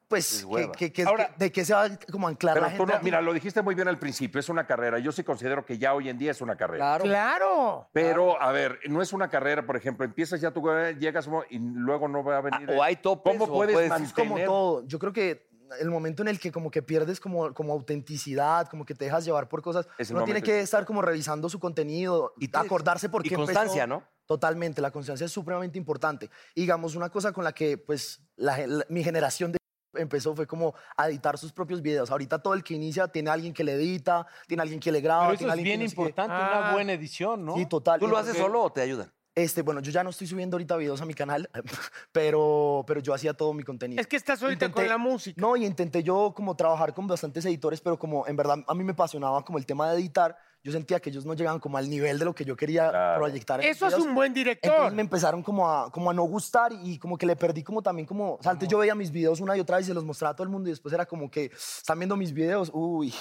S10: pues, que,
S1: hueva.
S10: que- que- ¿de qué se va a como anclar la
S1: Pero
S10: gente?
S1: tú no- mira, lo dijiste muy bien al principio, es una carrera. Yo sí considero que ya hoy en día es una carrera.
S10: Claro.
S4: Claro.
S1: Pero, a ver, no es una carrera, por ejemplo, empiezas ya tú, eh, llegas mo- y luego no va a venir.
S10: Ah,
S1: eh. ¿Cómo puedes
S10: Es como
S1: mantener?
S10: todo. Yo creo que el momento en el que como que pierdes como, como autenticidad, como que te dejas llevar por cosas,
S3: Es el
S10: uno tiene
S3: momento.
S10: que estar como revisando su contenido, y acordarse por
S3: y
S10: qué empezó.
S3: constancia, ¿no?
S10: Totalmente, la constancia es supremamente importante. Y digamos, una cosa con la que pues la gen- la- mi generación de empezó fue como a editar sus propios videos. Ahorita todo el que inicia tiene alguien que le edita, tiene alguien que le graba,
S11: Pero
S10: tiene
S11: eso es
S10: alguien
S11: bien
S10: que no sé qué.
S11: importante,
S4: Ah.
S1: Ah,
S11: una buena edición, ¿no?
S10: Sí, total.
S11: ¿Tú lo haces solo
S3: o te ayudan?
S10: Este, bueno, yo ya no estoy subiendo ahorita videos a mi canal, pero, pero yo hacía todo mi contenido.
S4: Es que estás ahorita con la música.
S10: No, y intenté yo como trabajar con bastantes editores, pero como en verdad a mí me apasionaba como el tema de editar, yo sentía que ellos no llegaban como al nivel de lo que yo quería proyectar. en mis
S4: Eso es
S10: videos.
S4: un buen director.
S10: Entonces me empezaron como a, como a no gustar y como que le perdí como también como... O sea, antes yo veía mis videos una y otra vez y se los mostraba a todo el mundo y después era como que están viendo mis videos, uy,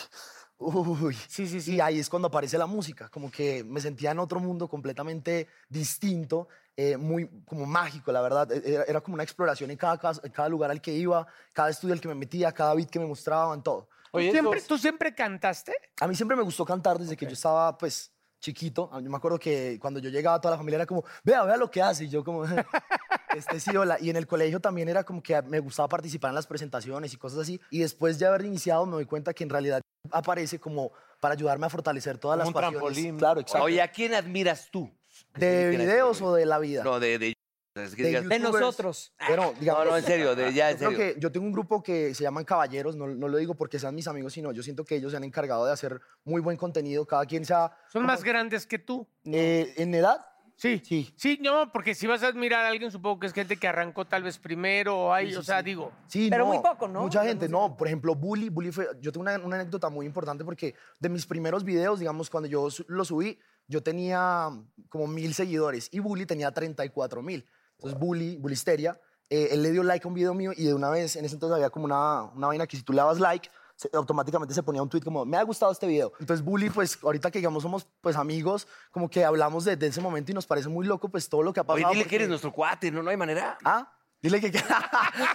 S10: uy.
S4: Sí, sí,
S10: sí. Y ahí es cuando aparece la música, como que me sentía en otro mundo completamente distinto, eh, muy como mágico, la verdad. E- Era, era como una exploración en cada, cas- en cada lugar al que iba, cada estudio al que me metía, cada beat que me mostraban, todo.
S4: ¿Tú, siempre, tú siempre cantaste?
S10: A mí siempre me gustó cantar desde que yo estaba, pues, chiquito. Yo me acuerdo que cuando yo llegaba, toda la familia era como, vea, vea lo que hace. Y yo como, este sí, hola. Y en el colegio también era como que me gustaba participar en las presentaciones y cosas así. Y después de haber iniciado, me doy cuenta que en realidad aparece como para ayudarme a fortalecer todas
S3: Como
S10: las
S3: un
S10: pasiones.
S3: trampolín.
S10: Claro, exacto.
S3: Oye, ¿a quién admiras tú?
S10: ¿De
S3: ¿Quién
S10: videos o de la vida?
S3: No, de... De, es que
S10: de
S3: digas-
S10: youtubers. Bueno, digamos, Ah,
S3: No, no, en serio, de- ya, en
S10: yo creo
S3: serio.
S10: que yo tengo un grupo que se llaman Caballeros, no, no lo digo porque sean mis amigos, sino yo siento que ellos se han encargado de hacer muy buen contenido. Cada quien se ha...
S4: ¿Son más grandes que tú?
S10: Eh, ¿En edad?
S4: Sí.
S10: Sí.
S4: Sí, no, porque si vas a admirar a alguien, supongo que es gente que arrancó tal vez primero o hay, o sea, digo.
S10: Sí, no, Mucha gente, no. Por ejemplo, Bully. Bully fue, yo tengo una, una anécdota muy importante porque de mis primeros videos, digamos, cuando yo su- lo subí, yo tenía como mil seguidores y Bully tenía 34 mil. Entonces, Bully, Bullisteria, eh, él le dio like a un video mío y de una vez, en ese entonces había como una, una vaina que si tú le dabas like, se- automáticamente se ponía un tweet como, me ha gustado este video. Entonces, Bully, pues ahorita que digamos somos pues amigos, como que hablamos desde ese momento y nos parece muy loco pues todo lo que ha
S3: Oye,
S10: pasado.
S3: dile que
S10: porque-
S3: eres nuestro cuate, ¿no? No hay manera.
S10: ¿Ah? Dile que,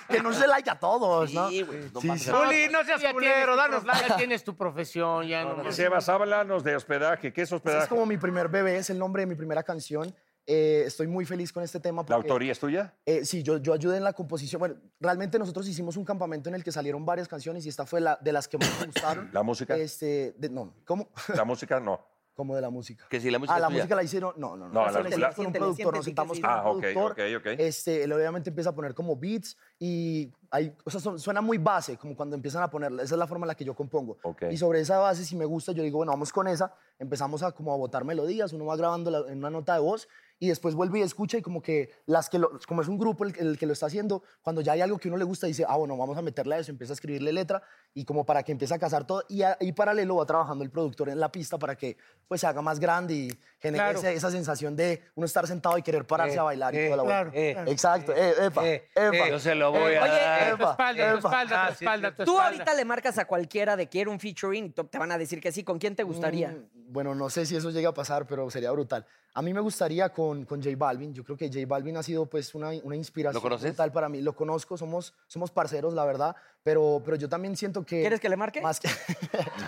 S10: que nos dé like a todos, ¿no?
S3: Sí, güey.
S10: Sí,
S3: mames.
S10: sí.
S4: Bully, no seas
S10: Ya tienes
S4: culero,
S10: tu
S4: danos
S10: profe-
S4: like, ya tienes tu profesión, ya no.
S1: Sebas, háblanos de hospedaje. ¿Qué Pues es
S10: Ese es
S1: hospedaje?
S10: como mi primer bebé, es el nombre de mi primera canción. Eh, estoy muy feliz con este tema.
S1: ¿La
S10: porque-
S1: autoría es tuya?
S10: Eh, sí, yo, yo ayudé en la composición. Bueno, realmente nosotros hicimos un campamento en el que salieron varias canciones y esta fue la, de las que más me gustaron.
S1: ¿La música?
S10: Este, de- no, ¿cómo?
S1: La música no.
S10: ¿Cómo de la música?
S3: Que si la música
S10: ah, la
S3: es tuya.
S10: música la hicieron. No, no, no.
S1: No,
S10: Esa
S1: la-
S10: la hicimos
S1: la-
S10: con un
S1: Siéntele,
S10: productor. Nos
S1: siéntele,
S10: sentamos
S1: sí,
S10: con
S1: sí. Ah,
S10: un
S1: ok,
S10: productor.
S1: ok, ok.
S10: Este, él obviamente empieza a poner como beats y hay, o sea, son- suena muy base, como cuando empiezan a ponerla. Esa es la forma en la que yo compongo. Y sobre esa base, si me gusta, yo digo, bueno, vamos con esa. Empezamos a como a botar melodías, uno va grabando la- en una nota de voz y después vuelve y escucha y como que las que lo- como es un grupo el, el que lo está haciendo, cuando ya hay algo que uno le gusta, dice, ah, bueno, vamos a meterle a eso, empieza a escribirle letra y como para que empiece a casar todo y, a- y paralelo va trabajando el productor en la pista para que pues se haga más grande y genere
S4: Claro.
S10: ese- esa sensación de uno estar sentado y querer pararse
S4: Eh,
S10: a bailar y
S4: eh,
S10: toda la vuelta.
S4: claro, Eh, claro.
S10: Exacto, eh, epa, epa.
S3: Yo se lo lo voy a
S2: Oye,
S3: dar.
S2: eh, tu espalda, tu espalda,
S3: Ah,
S2: tu
S4: espalda, tu
S2: Tú
S4: espalda.
S2: ahorita le marcas a cualquiera de quiero un featuring, tú- te van a decir que sí. ¿Con quién te gustaría?
S10: Mm, bueno, no sé si eso llega a pasar, pero sería brutal. A mí me gustaría con, con J Balvin. Yo creo que J Balvin ha sido pues una, una inspiración
S3: ¿Lo conoces?
S10: brutal para mí. Lo conozco, somos, somos parceros, la verdad, pero, pero yo también siento que...
S2: ¿Quieres que le marque?
S10: Más que...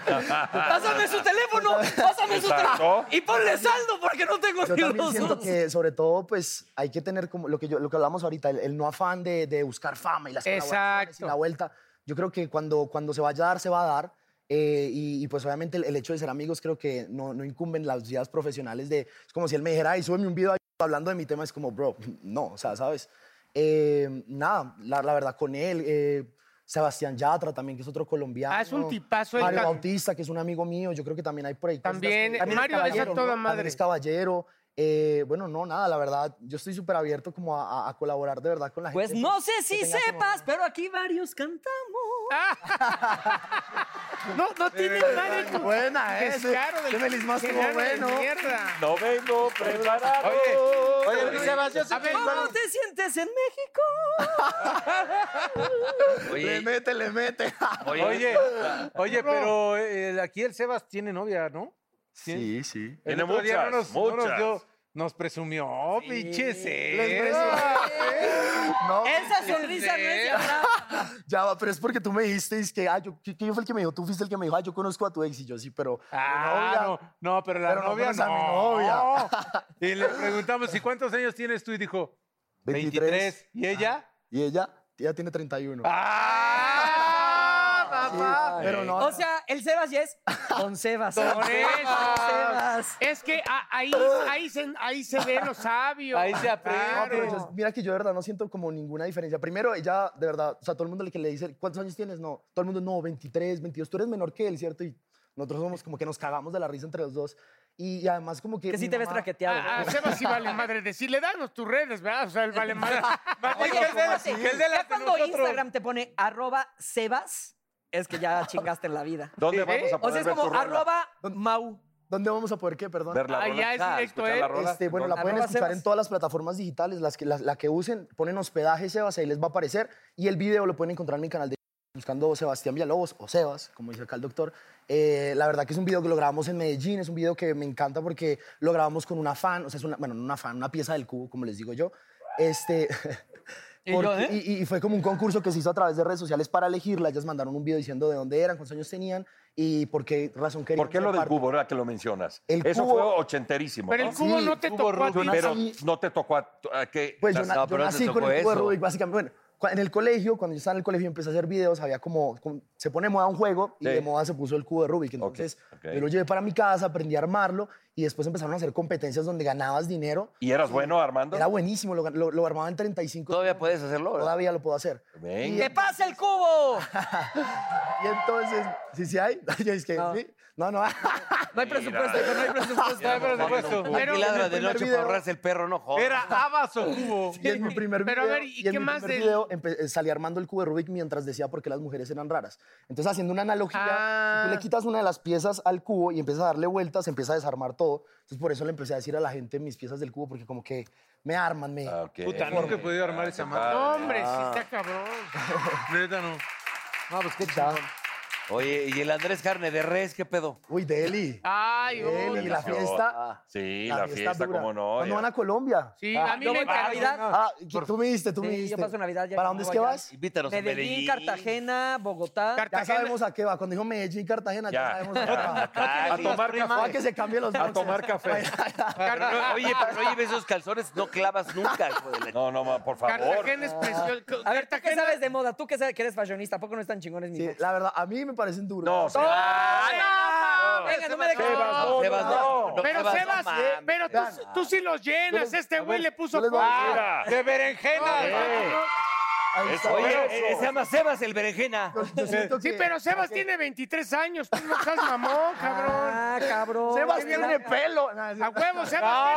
S2: ¡Pásame su teléfono! ¡Pásame su teléfono! ¡Y ponle saldo porque no tengo
S10: Yo
S2: ni
S10: también
S2: los
S10: siento
S2: dos.
S10: que, sobre todo, pues hay que tener como lo que, yo, lo que hablamos ahorita, el, el no afán de, de buscar fama y las colaboraciones y la vuelta. Yo creo que cuando, cuando se vaya a dar, se va a dar. eh, y, y, pues obviamente el, el hecho de ser amigos creo que no, no incumben las vidas profesionales de... Es como si él me dijera, ay, súbeme un video hablando de mi tema. Es como, bro, no, o sea, ¿sabes? Eh, nada, la, la verdad, con él... eh, Sebastián Yatra también, que es otro colombiano.
S4: Ah, es un tipazo, el
S10: Mario
S4: can-
S10: Bautista, que es un amigo mío. Yo creo que también hay por ahí. cositas
S4: También,
S10: que-
S4: Mario es a
S10: caballero,
S4: toda
S10: También
S4: madre.
S10: es caballero. Eh, bueno, no, nada, la verdad, yo estoy súper abierto como a, a- a colaborar de verdad con la
S2: Pues
S10: gente.
S2: no sé si
S10: que tenga como-
S2: sepas, pero aquí varios cantamos.
S4: No, no tiene
S10: Eh,
S4: nada de tu
S10: buena, ¿eh?
S4: descaro del
S10: Qué feliz más
S4: que
S10: estuvo
S4: gana de
S10: bueno.
S4: mierda.
S9: No vengo preparado.
S5: Oye, Luis Sebas, yo sé que-
S2: ¿Cómo te sientes en México?
S3: Oye,
S10: mete, le mete.
S3: Oye.
S5: Oye, oye, pero eh, aquí el Sebas tiene novia, ¿no?
S9: Sí, sí.
S5: El
S9: Tiene
S5: otro día
S9: muchas,
S5: no nos, no nos
S9: muchas.
S5: dio- nos presumió, pinche
S10: Les
S5: Sebas.
S9: ¿Eh?
S10: beso. No,
S2: Esa sonrisa no es de bravo.
S10: Ya va, pero es porque tú me dijiste, es que, ah, yo, que, que yo fui el que me dijo, tú fuiste el que me dijo, ah, yo conozco a tu ex y yo sí, pero.
S5: Ah,
S10: mi
S5: no, no, pero la
S10: Pero no
S5: novia
S10: conoce a
S5: no.
S10: mi novia.
S5: Y le preguntamos, ¿y cuántos años tienes tú? Y dijo, 23. ¿Y ella?
S10: Ah. Y ella, ella tiene 31.
S5: ¡Ah,
S10: papá! pero no.
S2: O sea, el Sebas ya es con Sebas. Con
S3: Ah.
S2: Sebas.
S4: Es que a- ahí, ahí, se, ahí se ve lo sabio.
S5: Ahí se aprende.
S10: No, pero yo- mira que yo de verdad no siento como ninguna diferencia. Primero, ella, de verdad, o sea, todo el mundo le- que le dice, ¿cuántos años tienes? No, todo el mundo, no, 23, 22, tú eres menor que él, ¿cierto? Y nosotros somos como que nos cagamos de la risa entre los dos. Y, y además como
S4: Ah,
S10: que...
S2: Que sí
S10: mi
S2: te ves
S10: mamá-
S2: traqueteado.
S4: A, a Ah, Sebas sí vale madre decirle, danos tus redes, ¿verdad? O sea, él vale madre.
S2: Oye,
S5: que el de-
S2: espérate,
S5: que el de las
S2: ya
S5: de
S2: cuando
S5: nosotros.
S2: Instagram te pone arroba Sebas, es que ya chingaste en la vida.
S1: ¿Dónde vamos a
S2: O
S1: poder
S2: sea, es
S1: ver tu
S2: como
S1: rola?
S2: arroba Mau.
S10: ¿Dónde vamos a poder qué, perdón?
S1: Ver la
S4: Ah,
S1: rola.
S4: ya es
S1: Ah,
S4: directo,
S1: escuchar la
S4: ¿eh?
S1: rola.
S10: Este, bueno, la
S1: ¿Dónde?
S10: pueden
S2: Arroba
S10: escuchar
S2: Sebas.
S10: en todas las plataformas digitales, las que, las- la que usen, ponen hospedaje Sebas, ahí les va a aparecer. Y el video lo pueden encontrar en mi canal de buscando Sebastián Villalobos o Sebas, como dice acá el doctor. Eh, la verdad que es un video que lo grabamos en Medellín, es un video que me encanta porque lo grabamos con una fan, o sea, es una, bueno, no una fan, una pieza del cubo, como les digo yo. Este,
S2: ¿Y yo,
S10: porque-
S2: eh?
S10: y- y fue como un concurso que se hizo a través de redes sociales para elegirla. Ellas mandaron un video diciendo de dónde eran, cuántos años tenían y por qué razón querían.
S1: ¿Por qué lo
S10: ser
S1: del
S10: parte.
S1: cubo, ahora que lo mencionas?
S10: El
S1: Eso
S10: cubo-
S1: fue ochenterísimo.
S4: Pero el
S1: ¿no?
S4: cubo
S10: Sí,
S4: no te
S10: cubo
S4: tocó a
S10: Rubik.
S4: ti.
S1: Pero
S10: nací-
S1: no te tocó a, a que.
S10: Pues yo,
S1: las-
S10: na-
S3: no,
S10: yo
S3: pero no te
S10: nací con
S3: tocó
S10: el cubo de
S3: eso.
S10: Rubik, básicamente. Bueno, cua- en el colegio, cuando yo estaba en el colegio, yo empecé a hacer videos, había como, como- se pone de moda un juego y
S1: Sí.
S10: de moda se puso el cubo de Rubik. Entonces,
S1: ok.
S10: yo lo llevé para mi casa, aprendí a armarlo y después empezaron a hacer competencias donde ganabas dinero.
S1: ¿Y eras bueno armando?
S10: Era buenísimo, lo, gan- lo- lo armaba en 35.
S3: Todavía puedes hacerlo. ¿verdad?
S10: Todavía lo puedo hacer.
S1: Venga.
S10: Y,
S2: ¡Que pase el cubo!
S10: y entonces, si sí, hay, yo es que,
S2: No.
S10: ¿sí? no, no.
S2: No hay presupuesto, hijo, no hay presupuesto.
S5: Ah, pero supuesto.
S3: Aquí ladra de
S10: primer
S3: noche
S10: video-
S3: para ahorrarse el perro, no jodas.
S5: Era Abas o Cubo.
S10: Y en mi primer video,
S4: Pero a ver, ¿y
S10: y en
S4: qué
S10: mi
S4: más
S10: primer
S4: del-
S10: video empe- eh, salí armando el cubo de Rubik mientras decía por qué las mujeres eran raras. Entonces, haciendo una analogía, si tú
S4: Ah.
S10: le quitas una de las piezas al cubo y empiezas a darle vueltas, empieza a desarmar todo. Entonces, por eso le empecé a decir a la gente mis piezas del cubo, porque como que me arman, me...
S1: Ah, ok.
S5: Puta, nunca he podido armar esa madre.
S4: No, hombre, sí está cabrón.
S5: Neta, no.
S10: Ah. No, pues qué chingón.
S3: Oye, ¿y el Andrés Carne de Res qué pedo?
S10: Uy, Deli.
S4: Ay,
S10: Deli,
S4: uy.
S10: la fiesta...
S1: Sí, la, fiesta,
S10: dura.
S1: cómo no.
S10: ¿Cuándo
S1: ya.
S10: van a Colombia?
S4: Sí,
S10: Ah,
S4: a mí
S2: yo
S4: me
S2: voy para
S4: encanta.
S2: Navidad.
S10: Ah, tú me diste, tú me
S2: Sí,
S10: diste.
S2: yo paso Navidad ya
S10: ¿Para
S2: con
S10: dónde es
S2: mi
S10: que
S2: guayaba.
S10: vas?
S3: Invítanos a
S2: Medellín,
S3: Medellín.
S2: Cartagena,
S10: Ya
S2: Bogotá.
S4: Cartagena.
S10: sabemos a qué va. Cuando dijo Medellín, Cartagena, ya,
S1: Ya.
S10: sabemos a qué va.
S1: A tomar
S10: Ah, que
S1: café.
S10: se cambien los
S1: A
S10: boxes.
S1: tomar café.
S3: Pero no- oye, pero no lleves esos calzones, no clavas nunca, hijo de la-
S1: No, no, ma, por favor.
S4: Cartagena es precioso.
S2: Ah. A ver, ¿tú qué sabes de moda? Tú que sabes que eres fashionista, ¿a poco no están chingones mis
S10: Sí,
S2: boxers?
S10: la verdad, a mí me parecen duros.
S2: ¡Oh!
S1: No, se
S4: ¡Ah,
S2: Venga, no me dejes.
S1: Sebas, no,
S3: No, Sebas, no,
S1: no.
S3: no,
S4: Pero
S3: no
S4: Sebas, eh,
S3: mames.
S4: pero tú, tú sí los llenas. Este güey le puso
S10: yo les voy a decir-
S4: cuatro.
S5: De berenjena.
S10: Ahí está.
S3: Oye, eh, se llama Sebas el berenjena.
S10: Yo- yo siento
S4: Sí,
S10: que-
S4: pero Sebas tiene 23 años. Tú no seas mamón, cabrón.
S2: Ah, cabrón.
S10: Sebas tiene pelo. Nah,
S4: A huevo, Sebas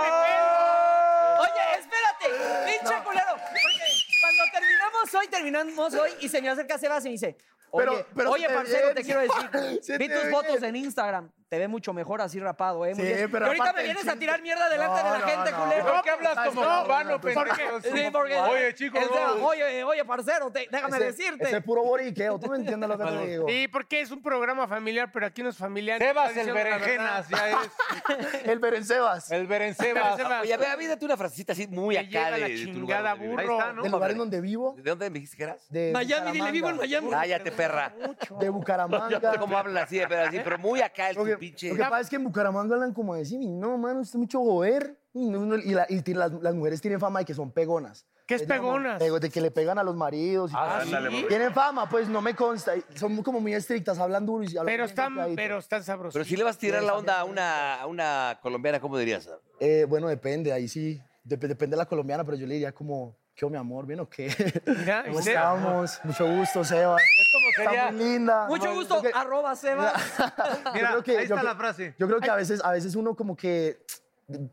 S2: Oye, espérate, pinche culero. Porque cuando terminamos hoy, terminamos hoy, y se me acerca Sebas y me dice, Oye, oye,
S6: se te
S2: parcero,
S6: ve,
S2: te quiero decir,
S6: se
S2: vi
S6: te
S2: tus
S6: ve.
S2: fotos en Instagram. Te ve mucho mejor así rapado, ¿eh? Muy
S6: Sí,
S2: bien.
S6: pero
S2: Y ahorita
S6: aparte
S2: me
S6: el
S2: vienes a
S6: chiste.
S2: tirar mierda delante
S6: No,
S2: de la
S6: no,
S2: gente,
S6: no,
S2: culero.
S6: no, ¿por qué hablas
S2: Pues,
S6: como
S2: no,
S6: cubano,
S2: no, pues, ¿por
S6: pendejo?
S2: qué?
S6: Es
S2: Sí,
S6: como
S2: porque-
S6: cubano. Oye, chico,
S2: el
S6: no,
S2: tema,
S6: no.
S2: Oye, oye, parcero, te- déjame
S10: Ese-
S2: decirte.
S10: Ese es puro boriqueo. Tú me entiendes lo que te digo.
S4: Sí, porque es un programa familiar, pero aquí no es familiar.
S10: Sebas,
S4: Está
S10: el
S4: diciendo la
S10: berenjenas,
S4: verdad.
S10: ya El Berencebas.
S5: El
S3: Berencebas. Oye, a ver, avídate una frasecita así muy
S4: Me
S3: acá
S4: lleva
S3: de,
S4: la
S3: de tu
S4: chingada,
S3: lugar donde vives.
S4: burro.
S3: Ahí está, ¿no?
S10: Del lugar en donde vivo.
S3: ¿De dónde me dijiste que eras?
S10: De Miami, dile, vivo en Miami.
S3: Cállate, perra.
S10: De Bucaramanga.
S3: ¿Cómo hablan así de perra? Así, pero muy acá el tu pinche.
S10: Lo que pasa es que en Bucaramanga hablan como decir, no, mano, usted es mucho joder. Y, no, no, y la- y tiene- las, las mujeres tienen fama de que son pegonas.
S4: ¿Qué es
S10: Les llaman
S4: pegonas?
S10: pego- De que le pegan a los maridos. y
S4: Ah,
S10: todo.
S4: ándale, ¿sí?
S10: Tienen fama, pues no me consta. y Son como muy estrictas, hablan duro. Y hablan
S4: Pero
S10: bien
S4: están,
S10: golpeadito.
S4: pero están sabrosos.
S3: Pero si le vas a tirar la onda a una, a una colombiana, ¿cómo dirías?
S10: Eh, bueno, depende, ahí sí. dep- depende de la colombiana, pero yo le diría como, ¿qué onda, mi amor? ¿Bien o qué? ¿Cómo
S2: y Seba.
S10: estamos? Mucho gusto, Seba.
S2: sería-
S10: Está muy linda.
S2: Mucho
S10: No,
S2: gusto,
S10: yo creo que-
S2: arroba Sebas.
S10: yo creo que- yo creo- Yo creo que a veces, a veces uno como que,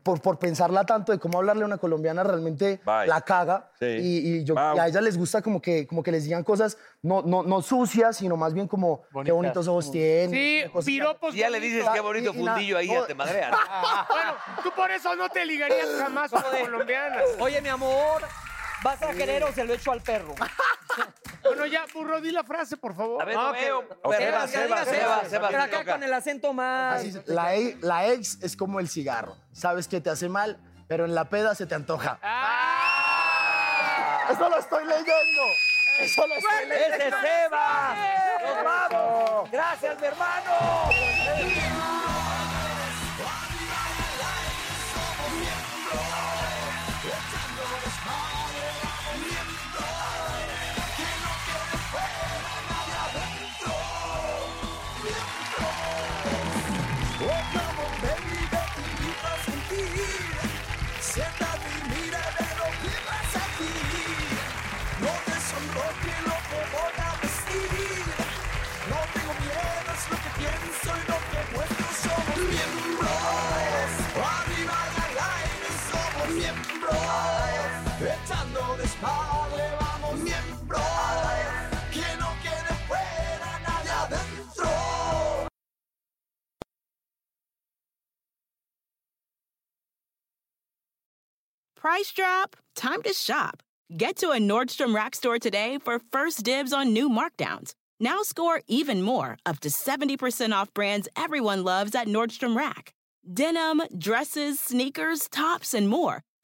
S10: por, por pensarla tanto de cómo hablarle a una colombiana, realmente la caga.
S1: Sí.
S10: Y, y yo-
S1: Bye.
S10: y a ella les gusta como que, como que les digan cosas no, no, no sucias, sino más bien como, qué bonitos ojos tienen.
S4: piropos.
S3: Ya le dices qué bonito
S10: Y- y nada,
S3: fundillo ahí, ya
S10: todo-
S3: te madrean.
S4: bueno, tú por eso no te ligarías jamás con colombianas.
S2: Oye, mi amor, ¿vas a querer o se lo echo al perro?
S4: Bueno, ya, burro, di la frase, por favor.
S2: A ver, no veo.
S10: Ok, va,
S2: Sebas, que diga
S10: Sebas,
S2: Sebas,
S10: Sebas, Sebas,
S2: pero acá
S10: toca.
S2: con el acento más.
S10: Así, la, e- la ex es como el cigarro. Sabes que te hace mal, pero en la peda se te antoja. ¡Eso lo estoy leyendo! ¡Eso lo estoy leyendo!
S2: Ah. ¡Ese es Sebas! ¡Nos vamos! ¡Gracias, mi hermano!
S9: Oh, como baby, te invito a sentir. Siéntate y mira de lo que pasa aquí. No te sonroje lo que voy a decir. No tengo miedo, es lo que pienso y lo que muestro. Somos miembros. Arriba en el aire somos miembros. Echando desmadre vamos miembros. Que no quede fuera nadie adentro.
S12: Price drop? Time to shop. Get to a Nordstrom Rack store today for first dibs on new markdowns. Now score even more, up to 70% off brands everyone loves at Nordstrom Rack. Denim, dresses, sneakers, tops, and more.